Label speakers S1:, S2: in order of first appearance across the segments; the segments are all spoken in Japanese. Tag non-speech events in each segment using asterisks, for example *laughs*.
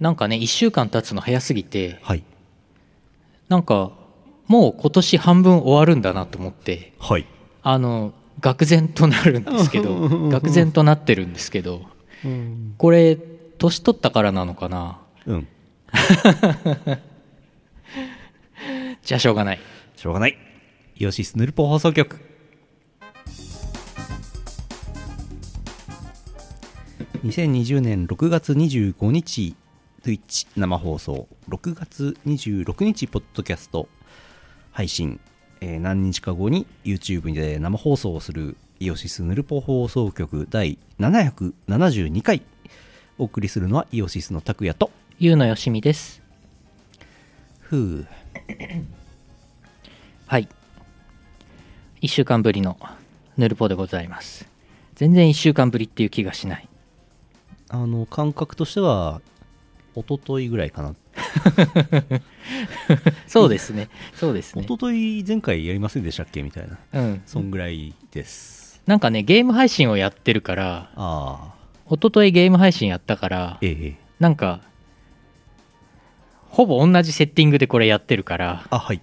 S1: なんかね1週間経つの早すぎて
S2: はい。
S1: なんかもう今年半分終わるんだなと思って
S2: はい。
S1: あの愕然となるんです
S2: *laughs*
S1: けど愕然となってるんですけど
S2: うん。
S1: これ年取ったからなのかな
S2: うん。
S1: じゃあしょうがない
S2: しょうがない。イオシスヌルポ放送局。2020年6月25日、Twitch 生放送、6月26日、ポッドキャスト配信、えー何日か後に YouTube で生放送をするイオシスヌルポ放送局第772回、お送りするのはイオシスの拓也と、
S1: ゆうのよしみです
S2: ふう
S1: はい1週間ぶりのヌルポでございます全然1週間ぶりっていう気がしない
S2: あの感覚としては一昨日ぐらいかな、
S1: そうですね *laughs* そうですね
S2: 一昨日前回やりませんでしたっけみたいな
S1: うん
S2: そんぐらいです、
S1: なんかねゲーム配信をやってるから
S2: あ
S1: 一昨日ゲーム配信やったから
S2: あええ
S1: なんかほぼ同じセッティングでこれやってるから
S2: あはい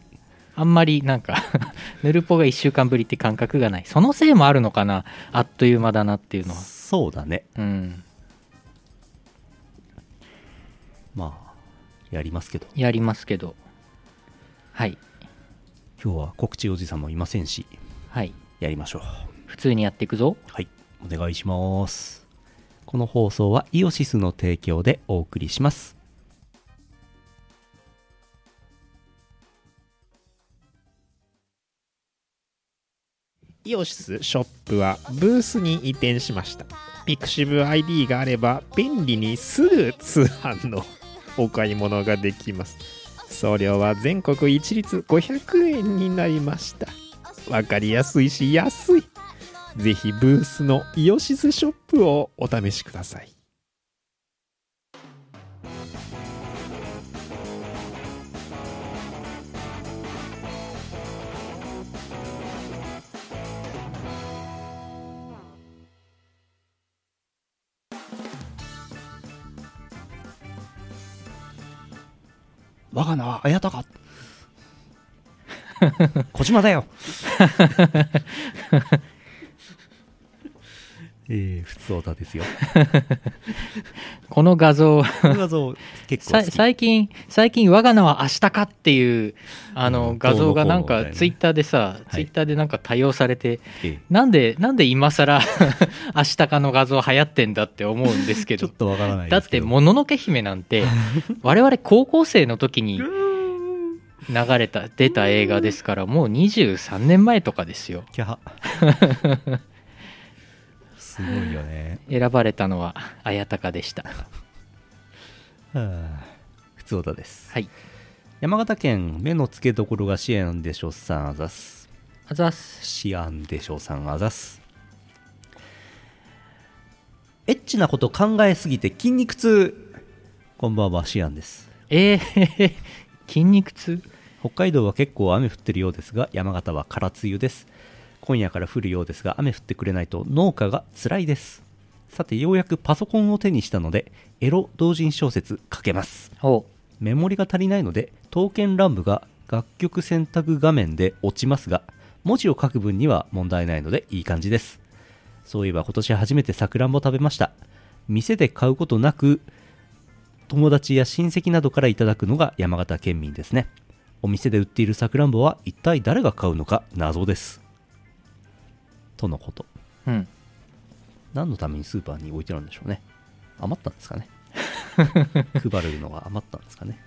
S1: あんまりなんか *laughs* ヌルポが1週間ぶりって感覚がないそのせいもあるのかなあっという間だなっていうのは
S2: そうだね
S1: うん
S2: まあやりますけど
S1: やりますけどはい
S2: 今日は告知おじさんもいませんし
S1: はい
S2: やりましょう
S1: 普通にやっていくぞ
S2: はいお願いしますこの放送はイオシスの提供でお送りします
S3: イオシスショップはブースに移転しました。ピクシブ ID があれば便利にすぐ通販のお買い物ができます。送料は全国一律500円になりました。わかりやすいし安い。ぜひブースのイオシスショップをお試しください。
S2: 我が名は綾鷹小島だよ *laughs* ええ普通オタですよ
S1: この画像
S2: この画像結構
S1: さ
S2: 好き
S1: 最近最近我が名は明日かっていうあの、
S2: うん
S1: 画像がなん
S2: どうのこう
S1: か
S2: のみたいなね
S1: ツイッターでさ、ツイッターでなんか多用されて
S2: え
S1: なんでなんで今更 *laughs* 明日かの画像流行ってんだって思うんですけ
S2: えちょ
S1: ど
S2: っとわからない
S1: だっ
S2: ですけ
S1: て「
S2: ど
S1: もののけ姫」なんて我々高校生の時に流れた出た映画ですからもう23年前とかですよ
S2: キャハすごいよね
S1: 選ばれたのは綾鷹でした
S2: はあ普通オタです
S1: はい
S2: 山形県目の付けどころが支援でしょさんあざす
S1: あざっす
S2: シアンでしょうさんあざすエッチなこと考えすぎて筋肉痛こんばんはシアンです
S1: えー、 *laughs* 筋肉痛
S2: 北海道は結構雨降ってるようですが山形は空梅雨です今夜から降るようですが雨降ってくれないと農家が辛いですさてようやくパソコンを手にしたのでエロ同人小説書けます
S1: お
S2: メモリが足りないので刀剣乱舞が楽曲選択画面で落ちますが文字を書く分には問題ないのでいい感じですそういえば今年初めてさくらんぼ食べました店で買うことなく友達や親戚などからいただくのが山形県民ですねお店で売っているさくらんぼは一体誰が買うのか謎ですとのこと
S1: うん
S2: 何のためにスーパーに置いてあるんでしょうね余ったんですかね配るのが余ったんですかね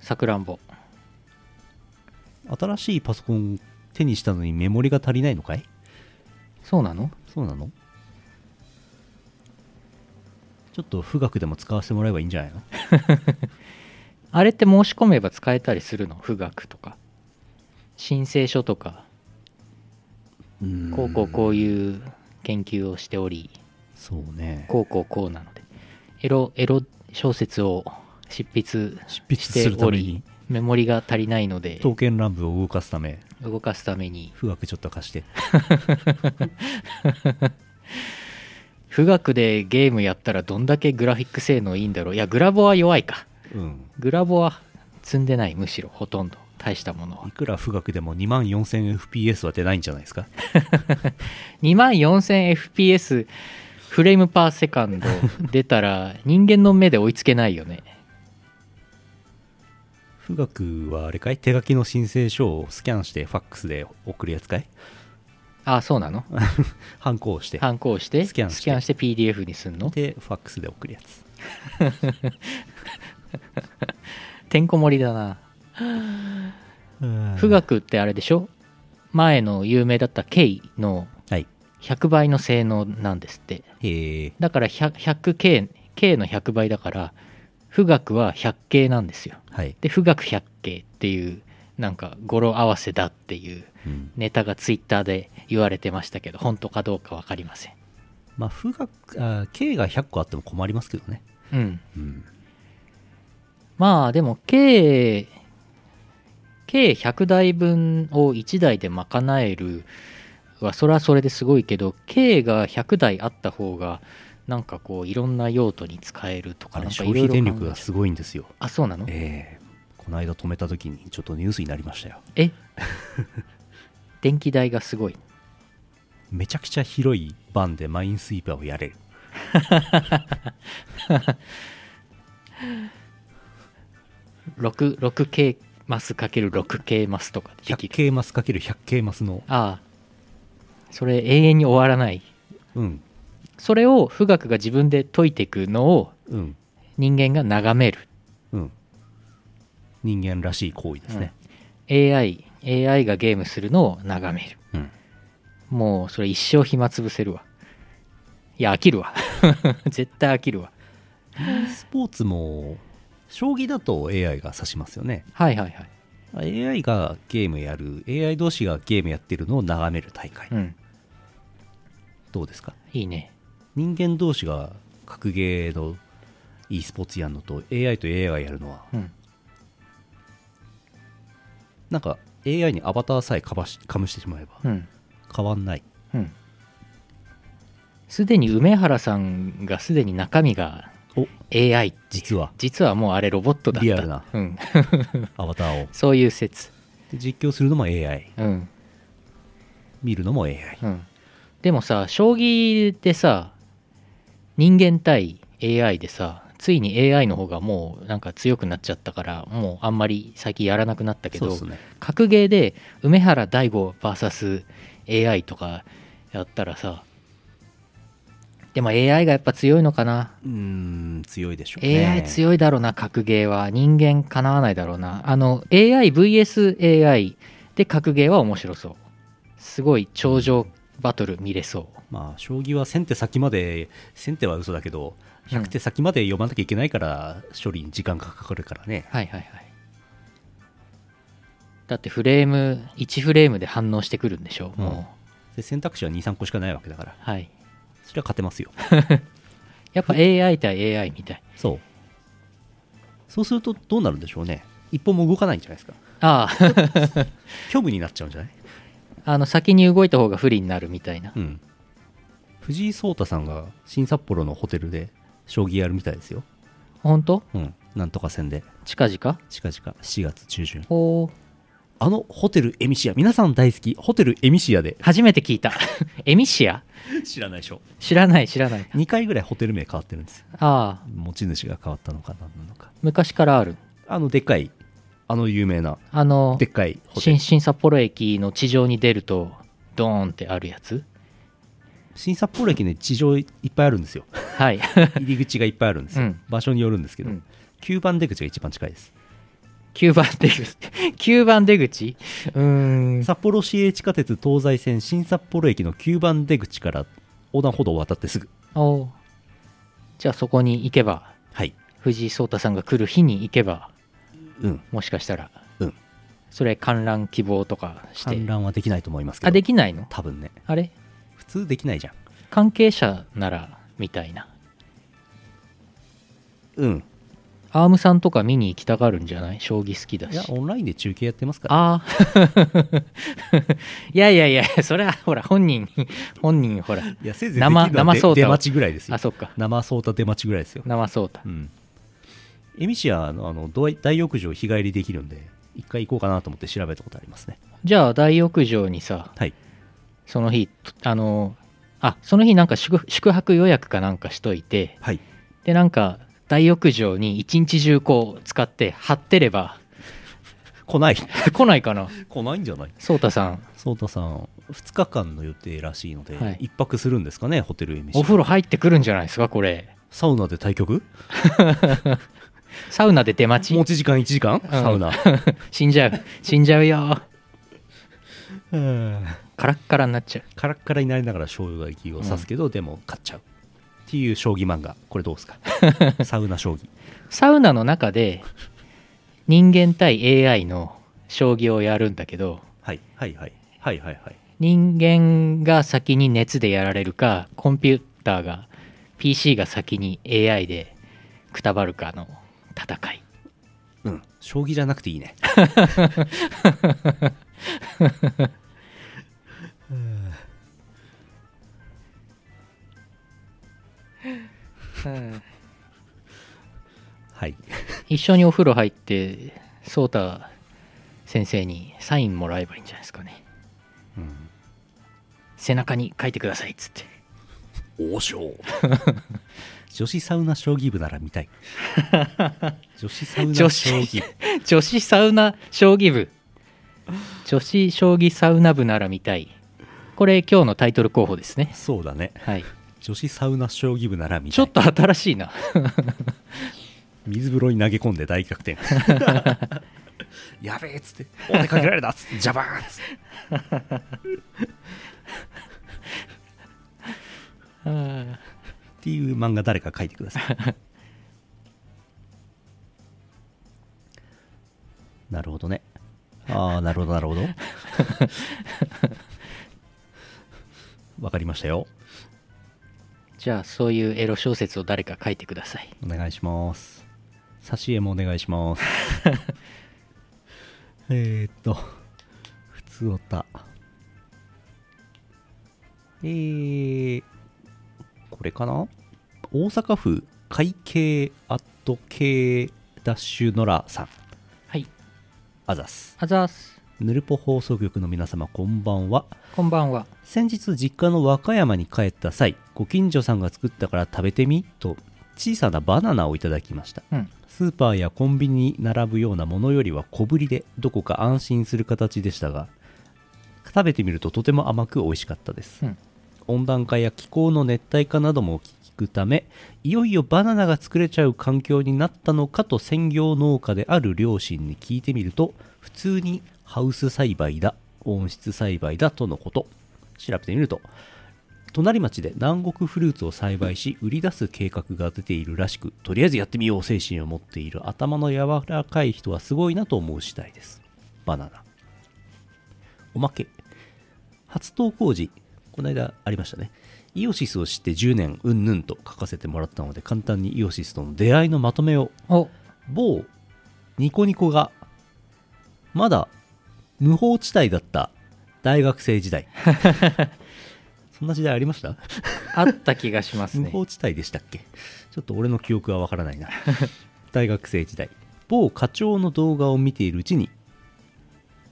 S1: さくらんぼ
S2: 新しいパソコン手にしたのにメモリが足りないのかい
S1: そうなの
S2: そうなのちょっと富岳でも使わせてもらえばいいんじゃないの
S1: あれって申し込めば使えたりするの富岳とか申請書とかこうこうこういう研究をしており
S2: そうね
S1: こうこうこうなのでエロエロ小説を執筆
S2: 執筆
S1: し
S2: す
S1: て
S2: るた
S1: お
S2: め
S1: り
S2: に
S1: メモリが足りないので
S2: 刀剣乱舞を動かすため
S1: 動かすために
S2: 富岳ちょっと貸して。
S1: 富岳でゲームやったらどんだけグラフィック性能いいんだろういやグラボは弱いか
S2: うん。
S1: グラボは積んでないむしろほとんど大したものはい
S2: くら富岳でも 24,000fps は出ないんじゃないですか。
S1: 24000fps フレームパーセカンド出たら
S2: *laughs*
S1: 人間の目で追いつけないよね
S2: 富岳はあれかい手書きの申請書をスキャンしてファックスで送るやつかい
S1: あそうなの
S2: 反抗して。
S1: 反抗して
S2: スキャンして
S1: スキャンして PDF にすんの
S2: で、ファックスで送るやつ。
S1: てんこ盛りだな富
S2: 富。
S1: 岳ってあれでしょ前の有名だった K の
S2: はい。
S1: 100倍の性能なんですって
S2: へえ。
S1: だから 100K K の100倍だから富岳は 100K なんですよ
S2: はい。
S1: で富岳 100K っていうなんか語呂合わせだっていう
S2: うん。
S1: ネタがツイッターで言われてましたけど本当かどうか分かりません
S2: まあ、富岳、あ K が100個あっても困りますけどね。
S1: うん
S2: うん。
S1: まあでも計計100台分を1台で賄えるはそれはそれですごいけど計が100台あった方がなんかこういろんな用途に使えるとか
S2: あ
S1: なん
S2: れ
S1: か
S2: 消
S1: いろい
S2: 費
S1: ろ
S2: 電力が
S1: 考え
S2: すごいんですよ。
S1: たあそうなの
S2: ええこの間止めた時にちょっとニュースになりましたよ。
S1: え電気代がすごい
S2: めちゃくちゃ広いバンでマインスイーパーをやれる。
S1: 6 6K マス ×6K マスとかでできる
S2: 100K マスかける 100K マスの、
S1: ああそれ永遠に終わらない
S2: うん、
S1: それを富岳が自分で解いていくのを
S2: うん、
S1: 人間が眺める
S2: うん。人間らしい行為ですね。
S1: AI AI がゲームするのを眺める
S2: うん。
S1: もうそれ一生暇つぶせるわいや飽きるわ *laughs* 絶対飽きるわ
S2: e スポーツも、将棋だと AI が指しますよね。
S1: はいはいはい
S2: AI がゲームやる、AI 同士がゲームやってるのを眺める大会。
S1: うん
S2: どうですか
S1: いいね
S2: 人間同士が格ゲーの e スポーツやるのと AI と AI がやるのは
S1: うん
S2: なんか AI にアバターさえかばしかむしてしまえば
S1: うん
S2: 変わんない
S1: うんすでに梅原さんがすでに中身が
S2: お
S1: AI
S2: 実は
S1: 実はもうあれロボットだった
S2: リアルな
S1: うん、
S2: アバターを
S1: そういう説
S2: で *laughs* 実況するのも AI
S1: うん
S2: 見るのも AI
S1: うん、でもさ将棋でさ人間対 AI でさついに AI の方がもうなんか強くなっちゃったからもうあんまり最近やらなくなったけ
S2: そう
S1: ど、
S2: ですね
S1: 格ゲーで梅原大悟 VSAI とかやったらさでも AI がやっぱ強いのかな、
S2: うーん強いでしょうね
S1: AI 強いだろうな格ゲーは人間かなわないだろうなあの AIVSAI で格ゲーは面白そうすごい頂上バトル見れそう
S2: まあ将棋は1000手先まで1000手は嘘だけど
S1: うん
S2: 100手先まで読まなきゃいけないから処理に時間がかかるからね
S1: はいはいはいだってフレーム1フレームで反応してくるんでしょ
S2: うん
S1: も
S2: で選択肢は23個しかないわけだから
S1: う、はい
S2: それは勝てますよ
S1: やっぱ AI 対 AI みたい
S2: そうそうするとどうなるんでしょうね一歩も動かないんじゃないですか
S1: ああ
S2: 虚無になっちゃうんじゃない
S1: *laughs* あの先に動いた方が不利になるみたいな
S2: うん藤井聡太さんが新札幌のホテルで将棋やるみたいですよ
S1: 本当
S2: うんなんとか戦で
S1: 近々
S2: 近々4月中旬
S1: おお
S2: あのホテルエミシア皆さん大好きホテルエミシアで
S1: 初めて聞いた *laughs* エミシア
S2: 知らないでしょ
S1: 知らない知らない
S2: 2回ぐらいホテル名変わってるんですよ
S1: ああ
S2: 持ち主が変わったのか何なのか
S1: 昔からある
S2: あのでっかいあの有名な
S1: あの
S2: でっかいホテル
S1: 新新札幌駅の地上に出るとドーンってあるやつ
S2: 新札幌駅ね地上いっぱいあるんですよ
S1: はい *laughs*
S2: 入り口がいっぱいあるんですよ、
S1: うん
S2: 場所によるんですけど、
S1: うん
S2: 9番出口が一番近いです
S1: 9番出口9番出口うーん
S2: 札幌市営地下鉄東西線新札幌駅の9番出口から横断歩道を渡ってすぐ
S1: おうじゃあそこに行けば
S2: はい
S1: 藤井聡太さんが来る日に行けば
S2: うん
S1: もしかしたら
S2: うん
S1: それ観覧希望とかして
S2: 観覧はできないと思いますけど
S1: あできないの
S2: 多分ね
S1: あれ
S2: 普通できないじゃん
S1: 関係者ならみたいな
S2: うん
S1: アームさんとか見に行きたがるんじゃない将棋好きだ
S2: い
S1: し
S2: や、オンラインで中継やってますから。
S1: ああ *laughs* いやいやいやそれはほら本人に本人にほら
S2: いや、せいぜい
S1: 生
S2: 生
S1: 生
S2: 生
S1: ソータを
S2: 出待ちぐらいですよ
S1: あ。そっか
S2: 生ソータ出待ちぐらいですよ。
S1: 生そうだ
S2: うん。エミシアのあのどう大浴場日帰りできるんで、一回行こうかなと思って調べたことありますね。
S1: じゃあ大浴場にさ
S2: はい。
S1: その日あのあその日なんか宿宿泊予約かなんかしといて
S2: はい。
S1: でなんか大浴場に一日中こう使って貼ってれば *laughs*
S2: 来ない。
S1: 来ないかな
S2: 来ないんじゃない
S1: そうたさん
S2: ソータさん、2日間の予定らしいので、
S1: はい
S2: 一泊するんですかね、ホテルエミシア。
S1: お風呂入ってくるんじゃないですかこれ
S2: サウナで対局
S1: サウナで出待
S2: 持
S1: ち
S2: ち時間1時間、サウナ。
S1: 死んじゃう死んじゃうよカラッカラになっちゃう
S2: カラッカラになりながら醤油が息を指すけど、でも勝っちゃうっていう将棋漫画これど
S1: *laughs*
S2: うですかサウナ将棋
S1: サウナの中で人間対 AI の将棋をやるんだけど
S2: はいはいはいはいはいはい
S1: 人間が先に熱でやられるかコンピューターが PC が先に AI でくたばるかの戦い
S2: うん将棋じゃなくていいねはい
S1: 一緒にお風呂入って颯太先生にサインもらえばいいんじゃないですかね、
S2: ん
S1: 背中に書いてくださいっつって
S2: 王将女子サウナ将棋部なら見たい女子サウナ将
S1: 女子
S2: 棋部
S1: 女子サウナ将棋部女子将棋サウナ部なら見たいこれ今日のタイトル候補ですね
S2: そうだね
S1: はい
S2: 女子サウナ将棋部なら見
S1: ち
S2: た
S1: ょ
S2: い
S1: っと新しいな
S2: 水風呂に投げ込んで大逆転 *laughs* やべえっつってお手かけられたっつってジャバーンっつって
S1: うん
S2: っていう漫画誰か書いてください *laughs* なるほどねああなるほどなるほど *laughs* わかりましたよ
S1: じゃあそういうエロ小説を誰か書いてください
S2: お願いします挿絵もお願いします *laughs* えーっと普通おたえー、これかな大阪府会計アット系ダッシュノラさん
S1: はい
S2: あざす
S1: あざーす
S2: ヌルポ放送局の皆様こんばんは
S1: こんばんは
S2: 先日実家の和歌山に帰った際ご近所さんが作ったから食べてみと小さなバナナをいただきました
S1: うん
S2: スーパーやコンビニに並ぶようなものよりは小ぶりでどこか安心する形でしたが食べてみるととても甘く美味しかったです、
S1: うん
S2: 温暖化や気候の熱帯化なども聞くためいよいよバナナが作れちゃう環境になったのかと専業農家である両親に聞いてみると普通にハウス栽培だ温室栽培だとのこと調べてみると隣町で南国フルーツを栽培し売り出す計画が出ているらしくとりあえずやってみよう精神を持っている頭の柔らかい人はすごいなと思う次第ですバナナおまけ初投稿時この間ありましたねイオシスを知って10年うんぬんと書かせてもらったので簡単にイオシスとの出会いのまとめを
S1: お
S2: 某ニコニコがまだ無法地帯だった大学生時代 *laughs* そんな時代ありました
S1: あった気がします *laughs*
S2: 無
S1: ね
S2: 法地帯でしたっけちょっと俺の記憶はわからない *laughs* な大学生時代某課長の動画を見ているうちに、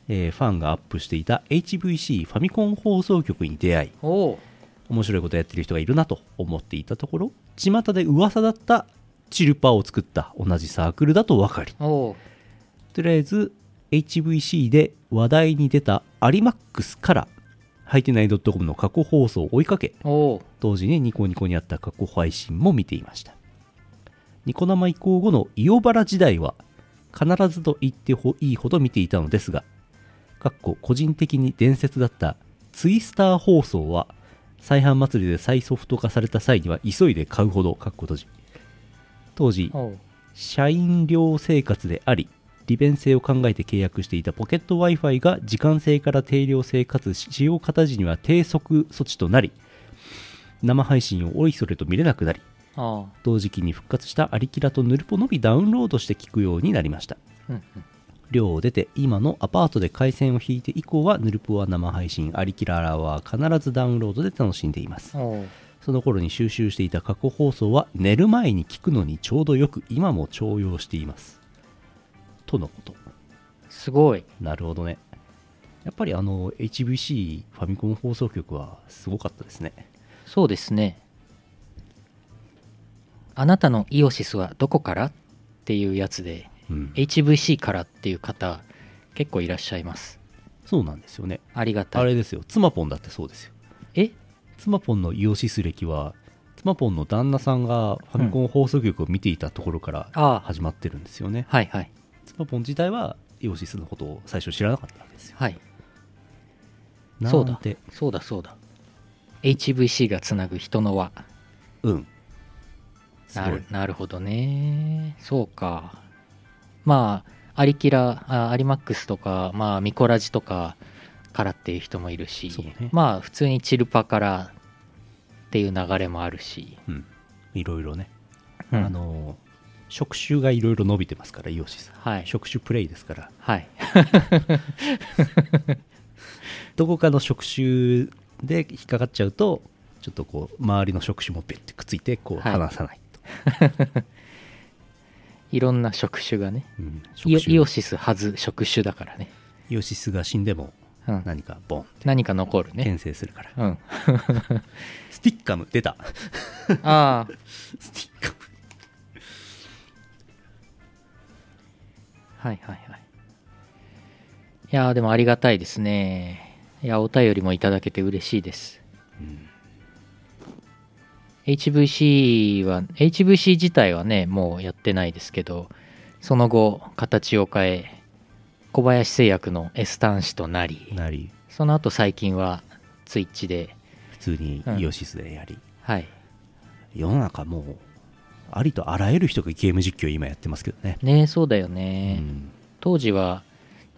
S2: えーファンがアップしていた HVC ファミコン放送局に出会い
S1: おお
S2: 面白いことやってる人がいるなと思っていたところ巷で噂だったチルパーを作った同じサークルだと分かり
S1: おお
S2: とりあえず HVC で話題に出たアリマックスからハイテナイドットコムの過去放送を追いかけ
S1: おお
S2: 当時ねニコニコにあった過去配信も見ていましたニコ生移行後のイオバラ時代は必ずと言ってほいいほど見ていたのですがかっこ個人的に伝説だったツイスター放送は再販祭りで再ソフト化された際には急いで買うほどかっこ閉じ当時
S1: おう
S2: 社員寮生活であり利便性を考えて契約していたポケット w i f i が時間制から定量制かつ使用型時には低速措置となり生配信をおいそれと見れなくなり
S1: あ
S2: 同時期に復活したアリキラとヌルポのみダウンロードして聞くようになりました
S1: あうん
S2: 寮を出て今のアパートで回線を引いて以降はヌルポは生配信アリキララは必ずダウンロードで楽しんでいます
S1: うんおう
S2: その頃に収集していた過去放送は寝る前に聞くのにちょうどよく今も重用していますとのこと
S1: すごい
S2: なるほどねやっぱりあの HBC ファミコン放送局はすごかったですね
S1: そうですねあなたのイオシスはどこからっていうやつで
S2: うん
S1: HVC からっていう方結構いらっしゃいます
S2: そうなんですよね
S1: ありがたい
S2: あれですよ妻ポンだってそうですよ
S1: え
S2: 妻ポンのイオシス歴は妻ポンの旦那さんがファミコン放送局を見ていたところから
S1: ああ
S2: 始まってるんですよね、
S1: はいはい
S2: 妻ポン自体はイオシスのことを最初知らなかったわけですよ
S1: はい
S2: なん
S1: そうだ
S2: て
S1: そうだそうだ HVC がつなぐ人の輪
S2: うんす
S1: な
S2: ごい
S1: るなるほどねそうかまあアリキラあアリマックスとか、まあ、ミコラジとかからっていう人もいるし、
S2: そうね
S1: まあ普通にチルパからっていう流れもあるし、
S2: うんいろいろね、
S1: うん
S2: あのー職種がいろいろ伸びてますからイオシス
S1: はい
S2: 職種プレイですから
S1: はい
S2: どこかの職種で引っかかっちゃうとちょっとこう周りの職種もべってくっついてこう
S1: はい
S2: 離さないと、
S1: いろんな職種がね
S2: うん
S1: イオ
S2: 職種
S1: イオシス外職種だからね、
S2: イオシスが死んでも
S1: うん、
S2: 何かボン
S1: 何か残るね
S2: 転生するから、
S1: うん
S2: スティッカム
S1: *laughs*
S2: 出た
S1: ああ
S2: スティッカム
S1: はいはいはい。いやーでもありがたいですね。いや、お便りもいただけて嬉しいです。HVC は、HVC 自体はね、もうやってないですけど、その後、形を変え、小林製薬の S 端子となり、
S2: なり
S1: その後最近は、ツイッチで、
S2: 普通にイオシスでやり、
S1: はい。
S2: 世の中もうありとあらゆる人がゲーム実況今やってますけどね、
S1: ねそうだよ
S2: う
S1: ね。
S2: ん、
S1: 当時は、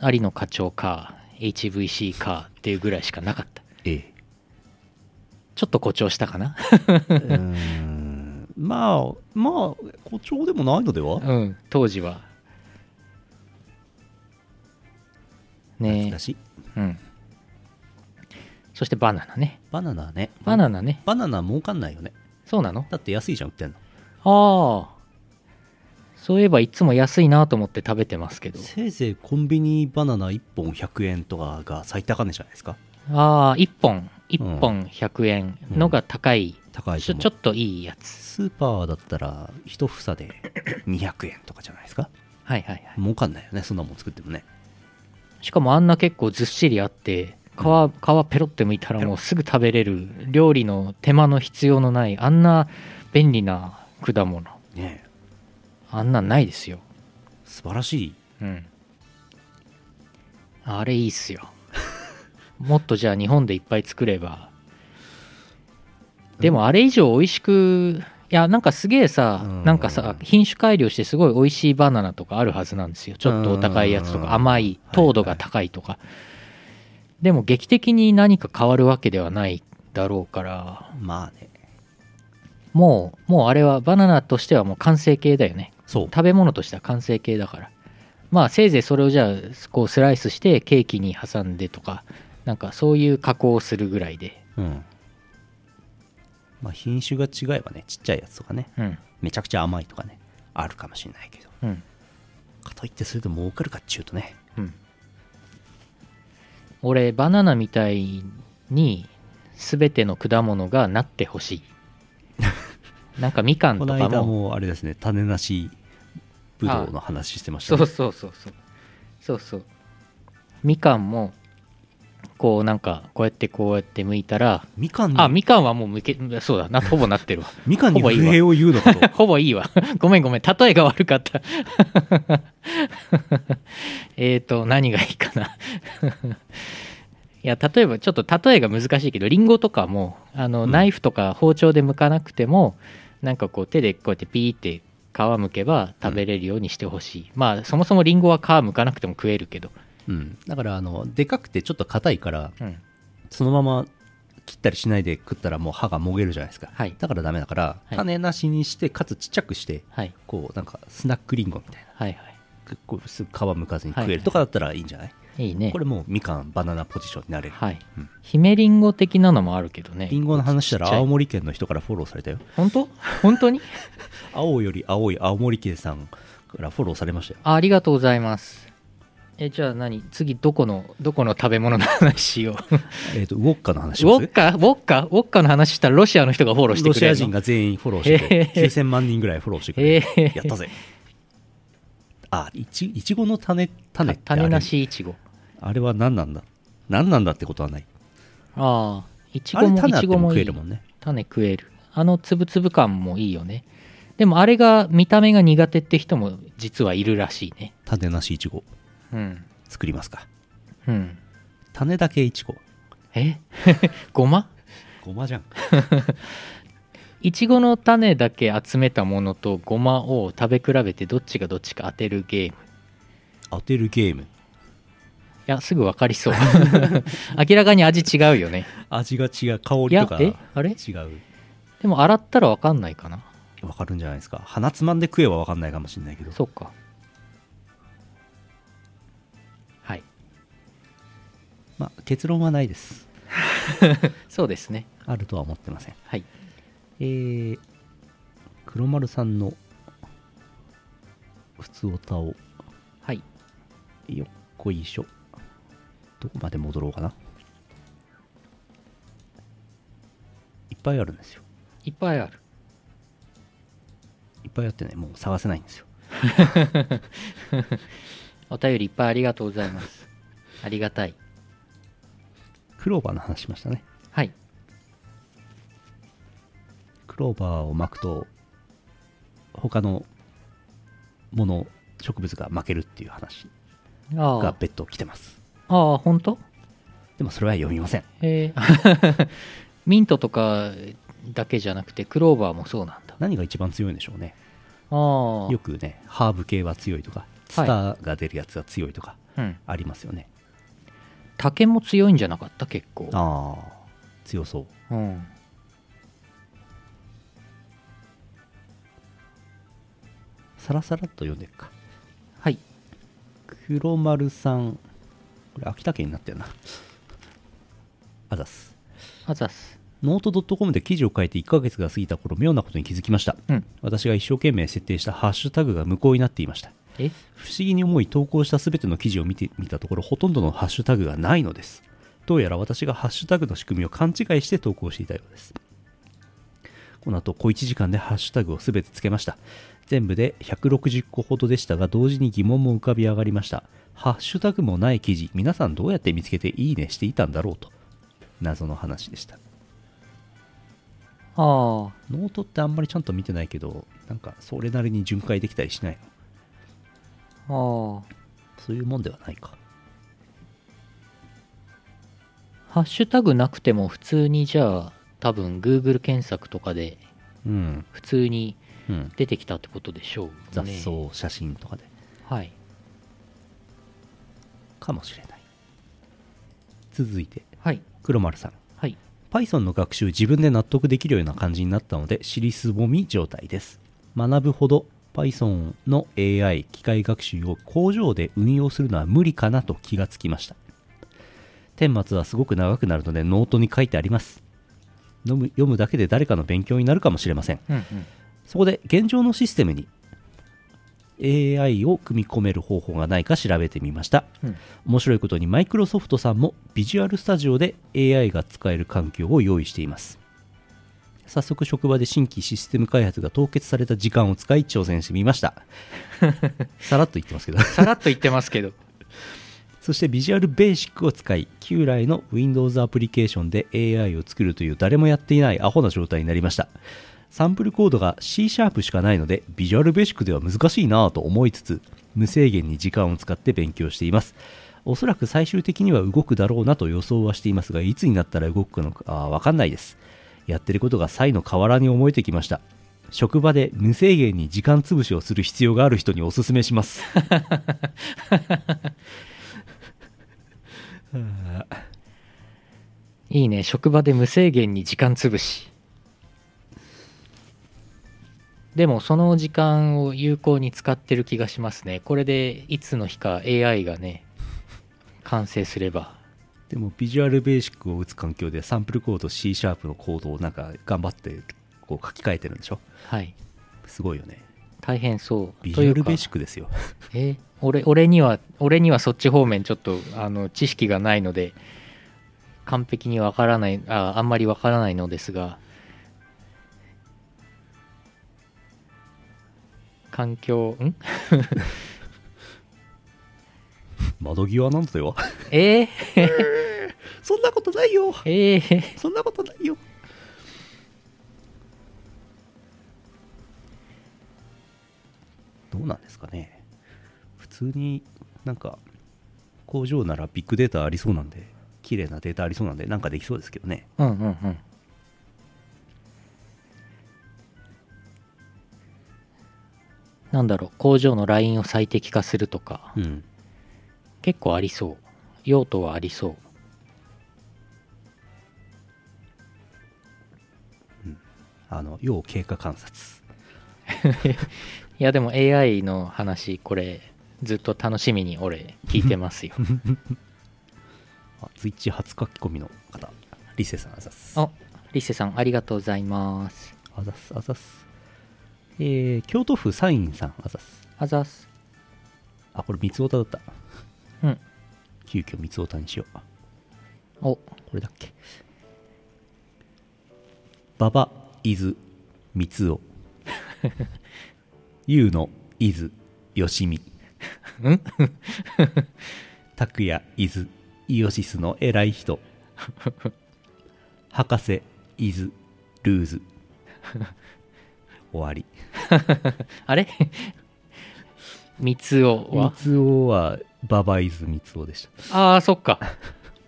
S1: 有野課長か、HVC かっていうぐらいしかなかった。
S2: え
S1: ちょっと誇張したかな
S2: えうーんまあまあ誇張でもないのでは
S1: うん、 *laughs* 当時は。ね
S2: 懐かしい
S1: うん。そしてバナナね。
S2: バナナね
S1: バナナね。
S2: バナナ儲かんないよね
S1: そうなの
S2: だって安いじゃん売ってんの
S1: ああ。そういえばいつも安いなと思って食べてますけど。
S2: せいぜいコンビニバナナ1本100円とかが最高値じゃないですか
S1: ああ、1本、1本100円のが高い。
S2: 高い
S1: ち
S2: と
S1: ょ
S2: 思う
S1: ちょっといいやつ。
S2: スーパーだったら1房で200円とかじゃないですか
S1: はいはいはい。
S2: 儲かんないよねそんなもん作ってもね
S1: しかもあんな結構ずっしりあって、皮、皮ペロって剥いたらもうすぐ食べれる料理の手間の必要のないあんな便利な果物。
S2: ねえ
S1: あんなんないですよ。
S2: 素晴らしい
S1: うん。あれいいっすよ。 *laughs* もっとじゃあ日本でいっぱい作れば。でもあれ以上美味しく、いやなんかすげえさ、
S2: うん
S1: なんかさ、品種改良してすごい美味しいバナナとかあるはずなんですよ。ちょっとお高いやつと
S2: うん
S1: か甘い、糖度が高いとか。でも劇的に何か変わるわけではないだろうから、
S2: まあね
S1: もう、もうあれはバナナとしてはもう完成形だよね。
S2: そう
S1: 食べ物としては完成形だからまあせいぜいそれをじゃあこうスライスしてケーキに挟んでとかなんかそういう加工をするぐらいで
S2: うんまあ品種が違えばねちっちゃいやつとかね
S1: うん
S2: めちゃくちゃ甘いとかねあるかもしれないけど
S1: うん
S2: かといってそれで儲かるかっちゅうとね
S1: うん俺バナナみたいに全ての果物がなってほしいなんかみかん
S2: ことの
S1: か
S2: 間
S1: も
S2: もあれですね種なしぶどうの話してました
S1: そ
S2: ね
S1: うそうそうそうそうそうみかんもこうなんかこうやってこうやって剥いたら
S2: みかんに
S1: あみかんはもうむけそうだなほぼなってるわ
S2: みかんに
S1: ほぼい
S2: 不
S1: いわ
S2: 平を言うのかと
S1: *laughs* ほぼいいわ。ごめんごめん。例えが悪かった。 *laughs* えっと、何がいいかな。 *laughs* いや、例えば、ちょっと例えが難しいけど、リンゴとかも、あの、
S2: うん
S1: ナイフとか包丁で剥かなくても、なんかこう手でこうやってピーって皮剥けば食べれるようにしてほしい。まあ、そもそもリンゴは皮剥かなくても食えるけど。
S2: うん、だからあのでかくてちょっと硬いから
S1: うん。
S2: そのまま切ったりしないで食ったらもう歯がもげるじゃないですか、
S1: はい
S2: だからダメだから、
S1: はい
S2: 種なしにしてかつちっちゃくして
S1: はい
S2: こうなんかスナックリンゴみたいな
S1: はいは
S2: こうすぐ皮むかずに
S1: はい
S2: 食えるとかだったらいいんじゃない、
S1: いいいね
S2: これもうみかんバナナポジションになれる、
S1: はい
S2: うん
S1: ヒメリンゴ的なのもあるけどね
S2: リンゴの話した
S1: ちっ
S2: ら
S1: ちゃい
S2: 青森県の人からフォローされたよ
S1: 本当 *laughs* 本当に
S2: 青より青い青森県さんからフォローされましたよ
S1: あありがとうございますえじゃあ何次どこのどこの食べ物の話をウ
S2: えっ、とウォッカの話します
S1: ォッカウォッカウォッカの話したらロシアの人がフォローして
S2: ロ
S1: く
S2: シ
S1: れ
S2: ア
S1: る
S2: 人
S1: の
S2: が全員フォローしてく *laughs* れる
S1: へー
S2: 9000万人ぐらいフォローしてくれる
S1: へー
S2: やったぜあいちいちごの種種ってあれ
S1: 種なしいちご
S2: あれは何なんだ何なんだってことはない
S1: ああいち
S2: あ
S1: ご
S2: れ
S1: も
S2: 種あ
S1: いち
S2: って
S1: ご
S2: も
S1: も
S2: 食
S1: い
S2: え
S1: い
S2: るもんね
S1: 種食えるあのつぶつぶ感もいいよねでもあれが見た目が苦手って人も実はいるらしいね
S2: 種なしいちご
S1: うん
S2: 作りますか
S1: うん
S2: 種だけいちご
S1: え *laughs* ごま
S2: ごまじゃん
S1: いちごの種だけ集めたものとごまを食べ比べてどっちがどっちか当てるゲーム
S2: 当てるゲーム
S1: いやすぐ分かりそう *laughs* 明らかに味違うよね
S2: 味が違う香
S1: い
S2: り
S1: や
S2: とか違
S1: え
S2: う
S1: あれでも洗ったら分かんないかな
S2: わかるんじゃないですか鼻つまんで食えばわかんないかもしれないけど
S1: そうかはい
S2: まあ、結論はないです
S1: そうですね
S2: あるとは思ってません
S1: はい
S2: えー、黒丸さんの普通おたを
S1: はい
S2: よっこいしょどこまで戻ろうかないっぱいあるんですよ
S1: いっぱいある
S2: いっぱいあってねもう探せないんですよ
S1: お便りいっぱいありがとうございます *laughs* ありがたい
S2: クローバーの話しましたね
S1: はい
S2: クローバーを巻くと他のもの植物が負けるっていう話
S1: あ
S2: が
S1: あ
S2: 別途来てます
S1: ああ本当
S2: でもそれは読みません
S1: へえ *laughs* ミントとかだけじゃなくてクローバーもそうなんだ
S2: 何が一番強いんでしょうね
S1: ああ
S2: よくねハーブ系は強いとかツタが出るやつは強いとか
S1: うん
S2: ありますよね、
S1: 竹も強いんじゃなかった結構
S2: ああ強そう
S1: うん
S2: サラサラっと読んでいくか
S1: はい
S2: 黒丸さんこれ秋田県になったよなあざっす
S1: あざっす
S2: ノート .com で記事を書いて1ヶ月が過ぎた頃妙なことに気づきました
S1: うん
S2: 私が一生懸命設定したハッシュタグが無効になっていました
S1: え
S2: 不思議に思い投稿した全ての記事を見てみたところほとんどのハッシュタグがないのですどうやら私がハッシュタグの仕組みを勘違いして投稿していたようですこの後小1時間でハッシュタグを全てつけました全部で160個ほどでしたが同時に疑問も浮かび上がりましたハッシュタグもない記事皆さんどうやって見つけていいねしていたんだろうと謎の話でした
S1: ああ
S2: ノートってあんまりちゃんと見てないけどなんかそれなりに巡回できたりしないの
S1: ああ
S2: そういうもんではないか
S1: ハッシュタグなくても普通にじゃあ多分 Google 検索とかで
S2: うん
S1: 普通に
S2: うん
S1: 出てきたってことでしょうね
S2: 雑草写真とかで
S1: はい
S2: かもしれない続いて
S1: はい
S2: 黒丸さん
S1: はい
S2: Python の学習自分で納得できるような感じになったので尻すぼみ状態です学ぶほど Python の AI 機械学習を工場で運用するのは無理かなと気がつきました顛末はすごく長くなるのでノートに書いてあります読む読むだけで誰かの勉強になるかもしれません
S1: うんうん
S2: そこで現状のシステムに AI を組み込める方法がないか調べてみました
S1: うん
S2: 面白いことにマイクロソフトさんもビジュアルスタジオで AI が使える環境を用意しています早速職場で新規システム開発が凍結された時間を使い挑戦してみま
S1: *laughs*
S2: したさらっと言ってますけど
S1: さらっと言ってますけど
S2: そしてビジュアルベーシックを使い旧来の Windows アプリケーションで AI を作るという誰もやっていないアホな状態になりましたサンプルコードが C シャープしかないのでビジュアルベーシックでは難しいなぁと思いつつ無制限に時間を使って勉強していますおそらく最終的には動くだろうなと予想はしていますがいつになったら動くのかあーわかんないですやってることがサイの河原に思えてきました職場で無制限に時間潰しをする必要がある人におすすめします
S1: いいね職場で無制限に時間潰しでもその時間を有効に使ってる気がしますねこれでいつの日か AI がね完成すれば
S2: でもビジュアルベーシックを打つ環境でサンプルコード C シャープのコードをなんか頑張ってこう書き換えてるんでしょ
S1: はい
S2: すごいよね
S1: 大変そう
S2: ビジュアル
S1: という
S2: ベー
S1: か
S2: シックですよ *laughs*
S1: えー俺俺には俺にはそっち方面ちょっとあの知識がないので完璧にわからないああんまりわからないのですが環境ん *laughs*
S2: 窓際なのでは
S1: えー、
S2: *laughs* そんなことないよ
S1: えー、
S2: そんなことないよどうなんですかね普通になんか工場ならビッグデータありそうなんで綺麗なデータありそうなんでなんかできそうですけどね
S1: うんうんうんなんだろう工場のラインを最適化するとか
S2: うん
S1: 結構ありそう用途はありそう
S2: あの要経過観察
S1: いやでも AI の話これずっと楽しみに俺聞いてますよ
S2: あツイッチ初書き込みの方リセさんあざっす
S1: あリセさんありがとうございます
S2: あざっすあざっすえー、京都府サインさんあざっす
S1: あざっす
S2: あこれ三つおただった
S1: うん
S2: 急遽三つおたにしよう
S1: お
S2: これだっけ馬場伊豆三つ *laughs* おゆうの伊豆よしみ *laughs* 拓也伊豆イオシスの偉い人博士伊豆ルーズ終わり
S1: あれ *laughs* 三つお
S2: 三
S1: は
S2: つおは馬場伊豆三つおでした
S1: ああそっか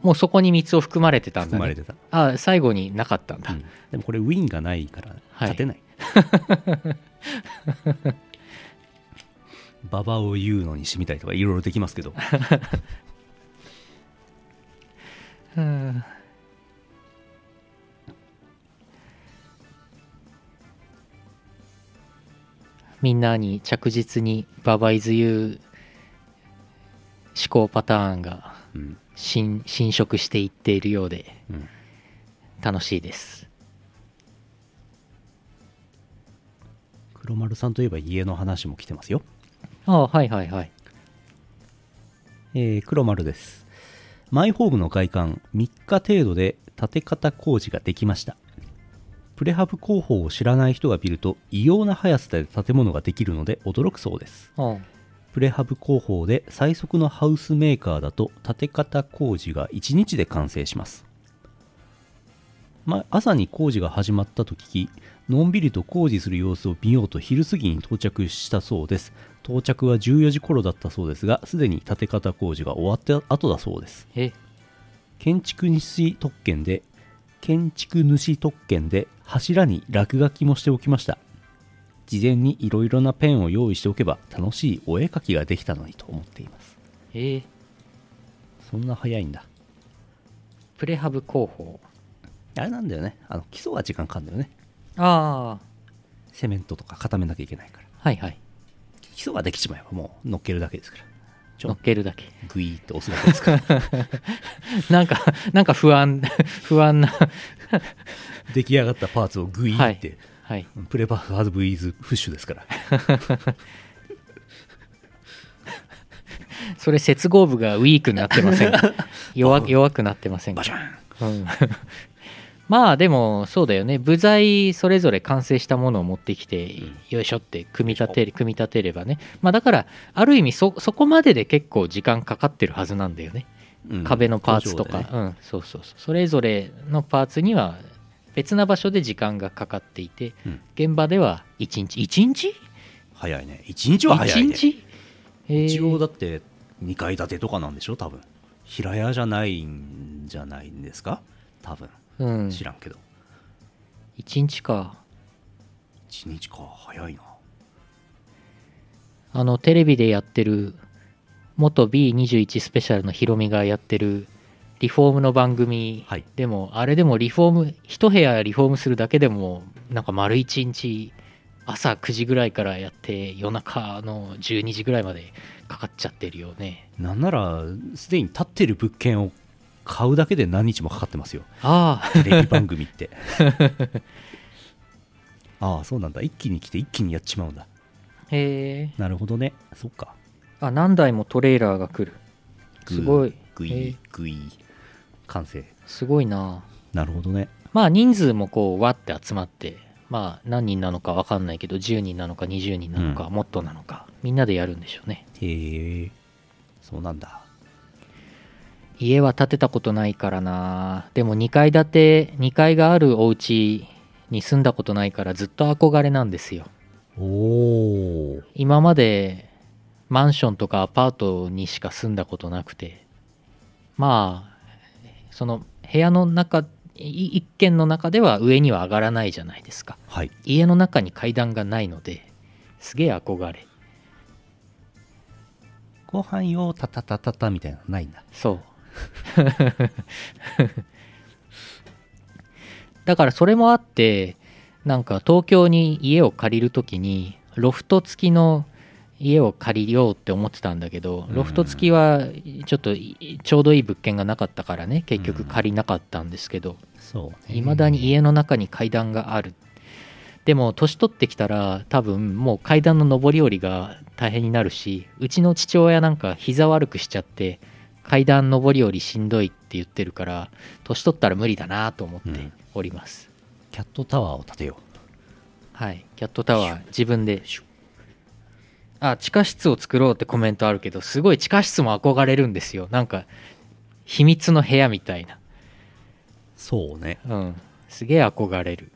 S1: もうそこに三つお含まれてたんだ、ね、
S2: 含まれてた、
S1: あー最後になかったんだ、
S2: うんでもこれウィンがないから勝て *laughs* ない、馬場を言うのにしみたりとかいろいろできますけ *laughs* ど
S1: うんみんなに着実にババイズユー思考パターンが
S2: うん、
S1: 侵侵食していっているようで
S2: うん
S1: 楽しいです
S2: 黒丸さんといえば家の話も来てますよ
S1: ああはいはいはい
S2: えー黒丸です。マイホームの外観、3日程度で建て方工事ができました。プレハブ工法を知らない人が見ると、異様な速さで建物ができるので驚くそうです。
S1: ああ
S2: プレハブ工法で最速のハウスメーカーだと建て方工事が1日で完成します、ま、朝に工事が始まったと聞きのんびりと工事する様子を見ようと昼過ぎに到着したそうです到着は14時頃だったそうですがすでに建て方工事が終わった後だそうです
S1: え
S2: 建築主特権で建築主特権で柱に落書きもしておきました事前にいろいろなペンを用意しておけば楽しいお絵描きができたのにと思っています
S1: え
S2: そんな早いんだ
S1: プレハブ広報
S2: あれなんだよねあの基礎は時間かかるんだよね
S1: あ
S2: セメントとか固めなきゃいけないから
S1: あはいはい
S2: 基礎ができちまえばもう乗っけるだけですからち
S1: 乗っ
S2: ょ
S1: けるだけ
S2: グイーって押すだけですから
S1: なんかなんか不安 *laughs* 不安な
S2: *laughs* 出来上がったパーツをグイーって、
S1: はい
S2: プレパフハズブイズフッシュですから
S1: それ接合部がウィークになってませんか弱弱くなってませんか
S2: バシャーン
S1: うん *laughs* まあでもそうだよね部材それぞれ完成したものを持ってきて、よいしょって組み立て組み立てればねまあだからある意味そそこまでで結構時間かかってるはずなんだよね、
S2: うん
S1: 壁のパーツとか、
S2: 工場でね
S1: うんそうそうそうそれぞれのパーツには別な場所で時間がかかっていて、
S2: うん
S1: 現場では1日1日
S2: 早いね一日は早いね
S1: 一日、えー
S2: 一応だって2階建てとかなんでしょ多分平屋じゃないんじゃないんですか多分
S1: うん、
S2: 知らんけど、
S1: 1日か
S2: 一1日か早いな
S1: あのテレビでやってる元 B21 スペシャルのヒロミがやってるリフォームの番組
S2: はい
S1: でも、あれでもリフォーム一部屋リフォームするだけでもなんか丸一日朝9時ぐらいからやって夜中の12時ぐらいまでかかっちゃってるよね
S2: なんならすでに立ってる物件を買うだけで何日もかかってますよ
S1: あ
S2: テレビ番組って
S1: *laughs*
S2: ああそうなんだ一気に来て一気にやっちまうんだ
S1: あへえ
S2: なるほどねそっか
S1: あ何台もトレーラーが来る
S2: グー
S1: すごい
S2: グ
S1: へえ
S2: イグイ完成
S1: すごいな
S2: なるほどね
S1: まあ人数もこうわって集まってまあ何人なのかわかんないけど10人なのか20人なのか、
S2: う
S1: もっとなのかみんなでやるんでしょうね
S2: へえそうなんだ
S1: 家は建てたことないからなでも2階建て2階があるお家に住んだことないからずっと憧れなんですよ
S2: おお
S1: 今までマンションとかアパートにしか住んだことなくてまあその部屋の中い一軒の中では上には上がらないじゃないですか
S2: はい
S1: 家の中に階段がないのですげえ憧れ
S2: ご飯よタタタタタみたいなのないんだ
S1: そう *laughs* だからそれもあってなんか東京に家を借りる時にロフト付きの家を借りようって思ってたんだけどロフト付きはちょっといちょうどいい物件がなかったからね結局借りなかったんですけど
S2: そう
S1: いまだに家の中に階段があるでも年取ってきたら多分もう階段の上り下りが大変になるしうちの父親なんか膝悪くしちゃって階段上り下りしんどいって言ってるから年取ったら無理だなと思っ
S2: う
S1: て
S2: ん
S1: おります、
S2: キャットタワーを建てよ
S1: はいキャットタワー自分であ地下室を作ろうってコメントあるけどすごい地下室も憧れるんですよなんか秘密の部屋みたいな
S2: うそうね
S1: うんすげえ憧れる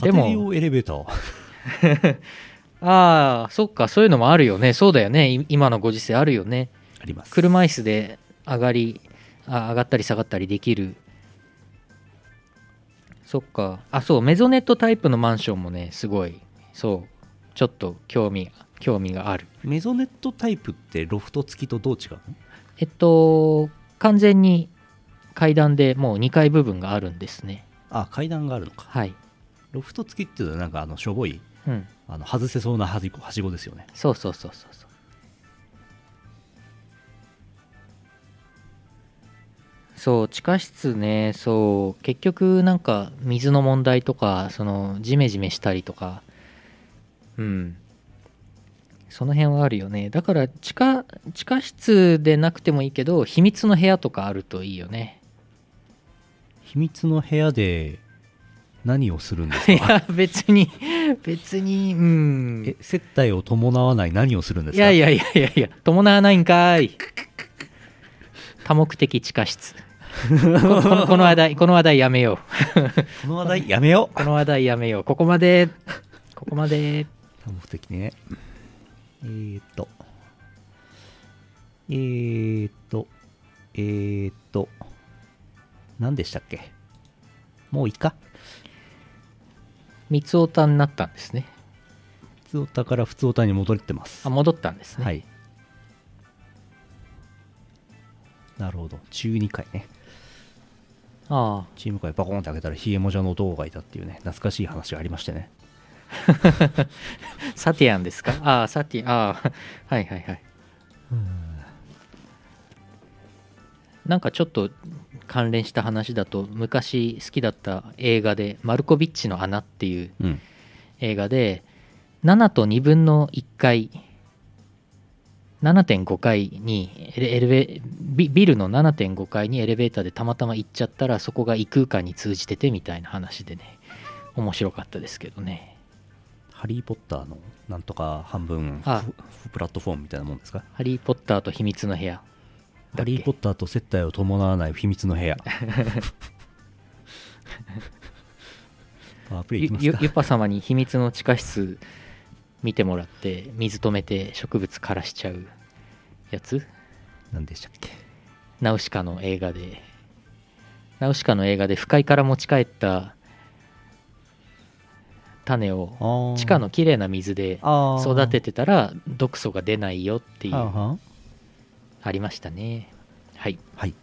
S2: 家
S1: でも
S2: 庭用エレベーター
S1: ああ、そっか、そういうのもあるよね。そうだよね。い今のご時世あるよね。
S2: あります
S1: 車椅子で上がり、あ上がったり下がったりできる。そっか。あ、そう、メゾネットタイプのマンションもね、すごい、そう、ちょっと興味、興味がある。
S2: メゾネットタイプってロフト付きとどう違うの
S1: えっと、完全に階段でもう2階部分があるんですね。
S2: あ階段があるのか
S1: はい。
S2: ロフト付きっていうのはなんかあのしょぼい
S1: うん。
S2: あの外せそうなはじはしごですよね
S1: そうそうそうそうそう。そう地下室ねそう結局なんか水の問題とかそのジメジメしたりとかうんその辺はあるよねだから地下地下室でなくてもいいけど秘密の部屋とかあるといいよね
S2: 秘密の部屋で何をするんです *laughs*
S1: い
S2: か
S1: や別に別にうん
S2: え接待を伴わない何をするんですか
S1: いやいやいやいやいや、伴わないんかい。多目的地下室。ここのこの話題、この話題やめよ
S2: この話題やめよ
S1: う。この話題やめよう。ここまで、ここまで。
S2: う多目的ねえー、っとえー、っとえー、っと何でしたっけもういいか
S1: 三つおたになったんですね。
S2: 普通オタから普通オタに戻ってます
S1: あ、戻ったんですね。
S2: はいなるほど12回ね
S1: あ
S2: チーム会バコンって開けたらヒエモジャの男がいたっていうね懐かしい話がありましてね
S1: あ、サティアンですかああ、サティ、ああ、はいはいはい。なんかちょっと関連した話だと、昔好きだった映画で、マルコビッチの穴っていう
S2: うん
S1: 映画で7と2分の1回7.5階にエレエレベビビルの7.5階にエレベーターでたまたま行っちゃったらそこが異空間に通じててみたいな話でね面白かったですけどね
S2: ハリー・ポッターのなんとか半分
S1: あ
S2: フフプラットフォームみたいなもんですか
S1: 「ハリー・ポッターと秘密の部屋
S2: ハリー・ポッターと接待を伴わない秘密の
S1: *laughs*
S2: 部屋パワープレイ
S1: ゆ
S2: いき」ます
S1: ゆ
S2: か
S1: ゆっぱ様に秘密の地下室見てもらって水止めて植物枯らしちゃうやつ
S2: 何でしたっけ
S1: ナウシカの映画で、ナウシカの映画で不快から持ち帰った種を地下のきれいな水で育て
S2: て
S1: てたら毒素が出ないよっていう
S2: は
S1: ありましたね。はい。
S2: はい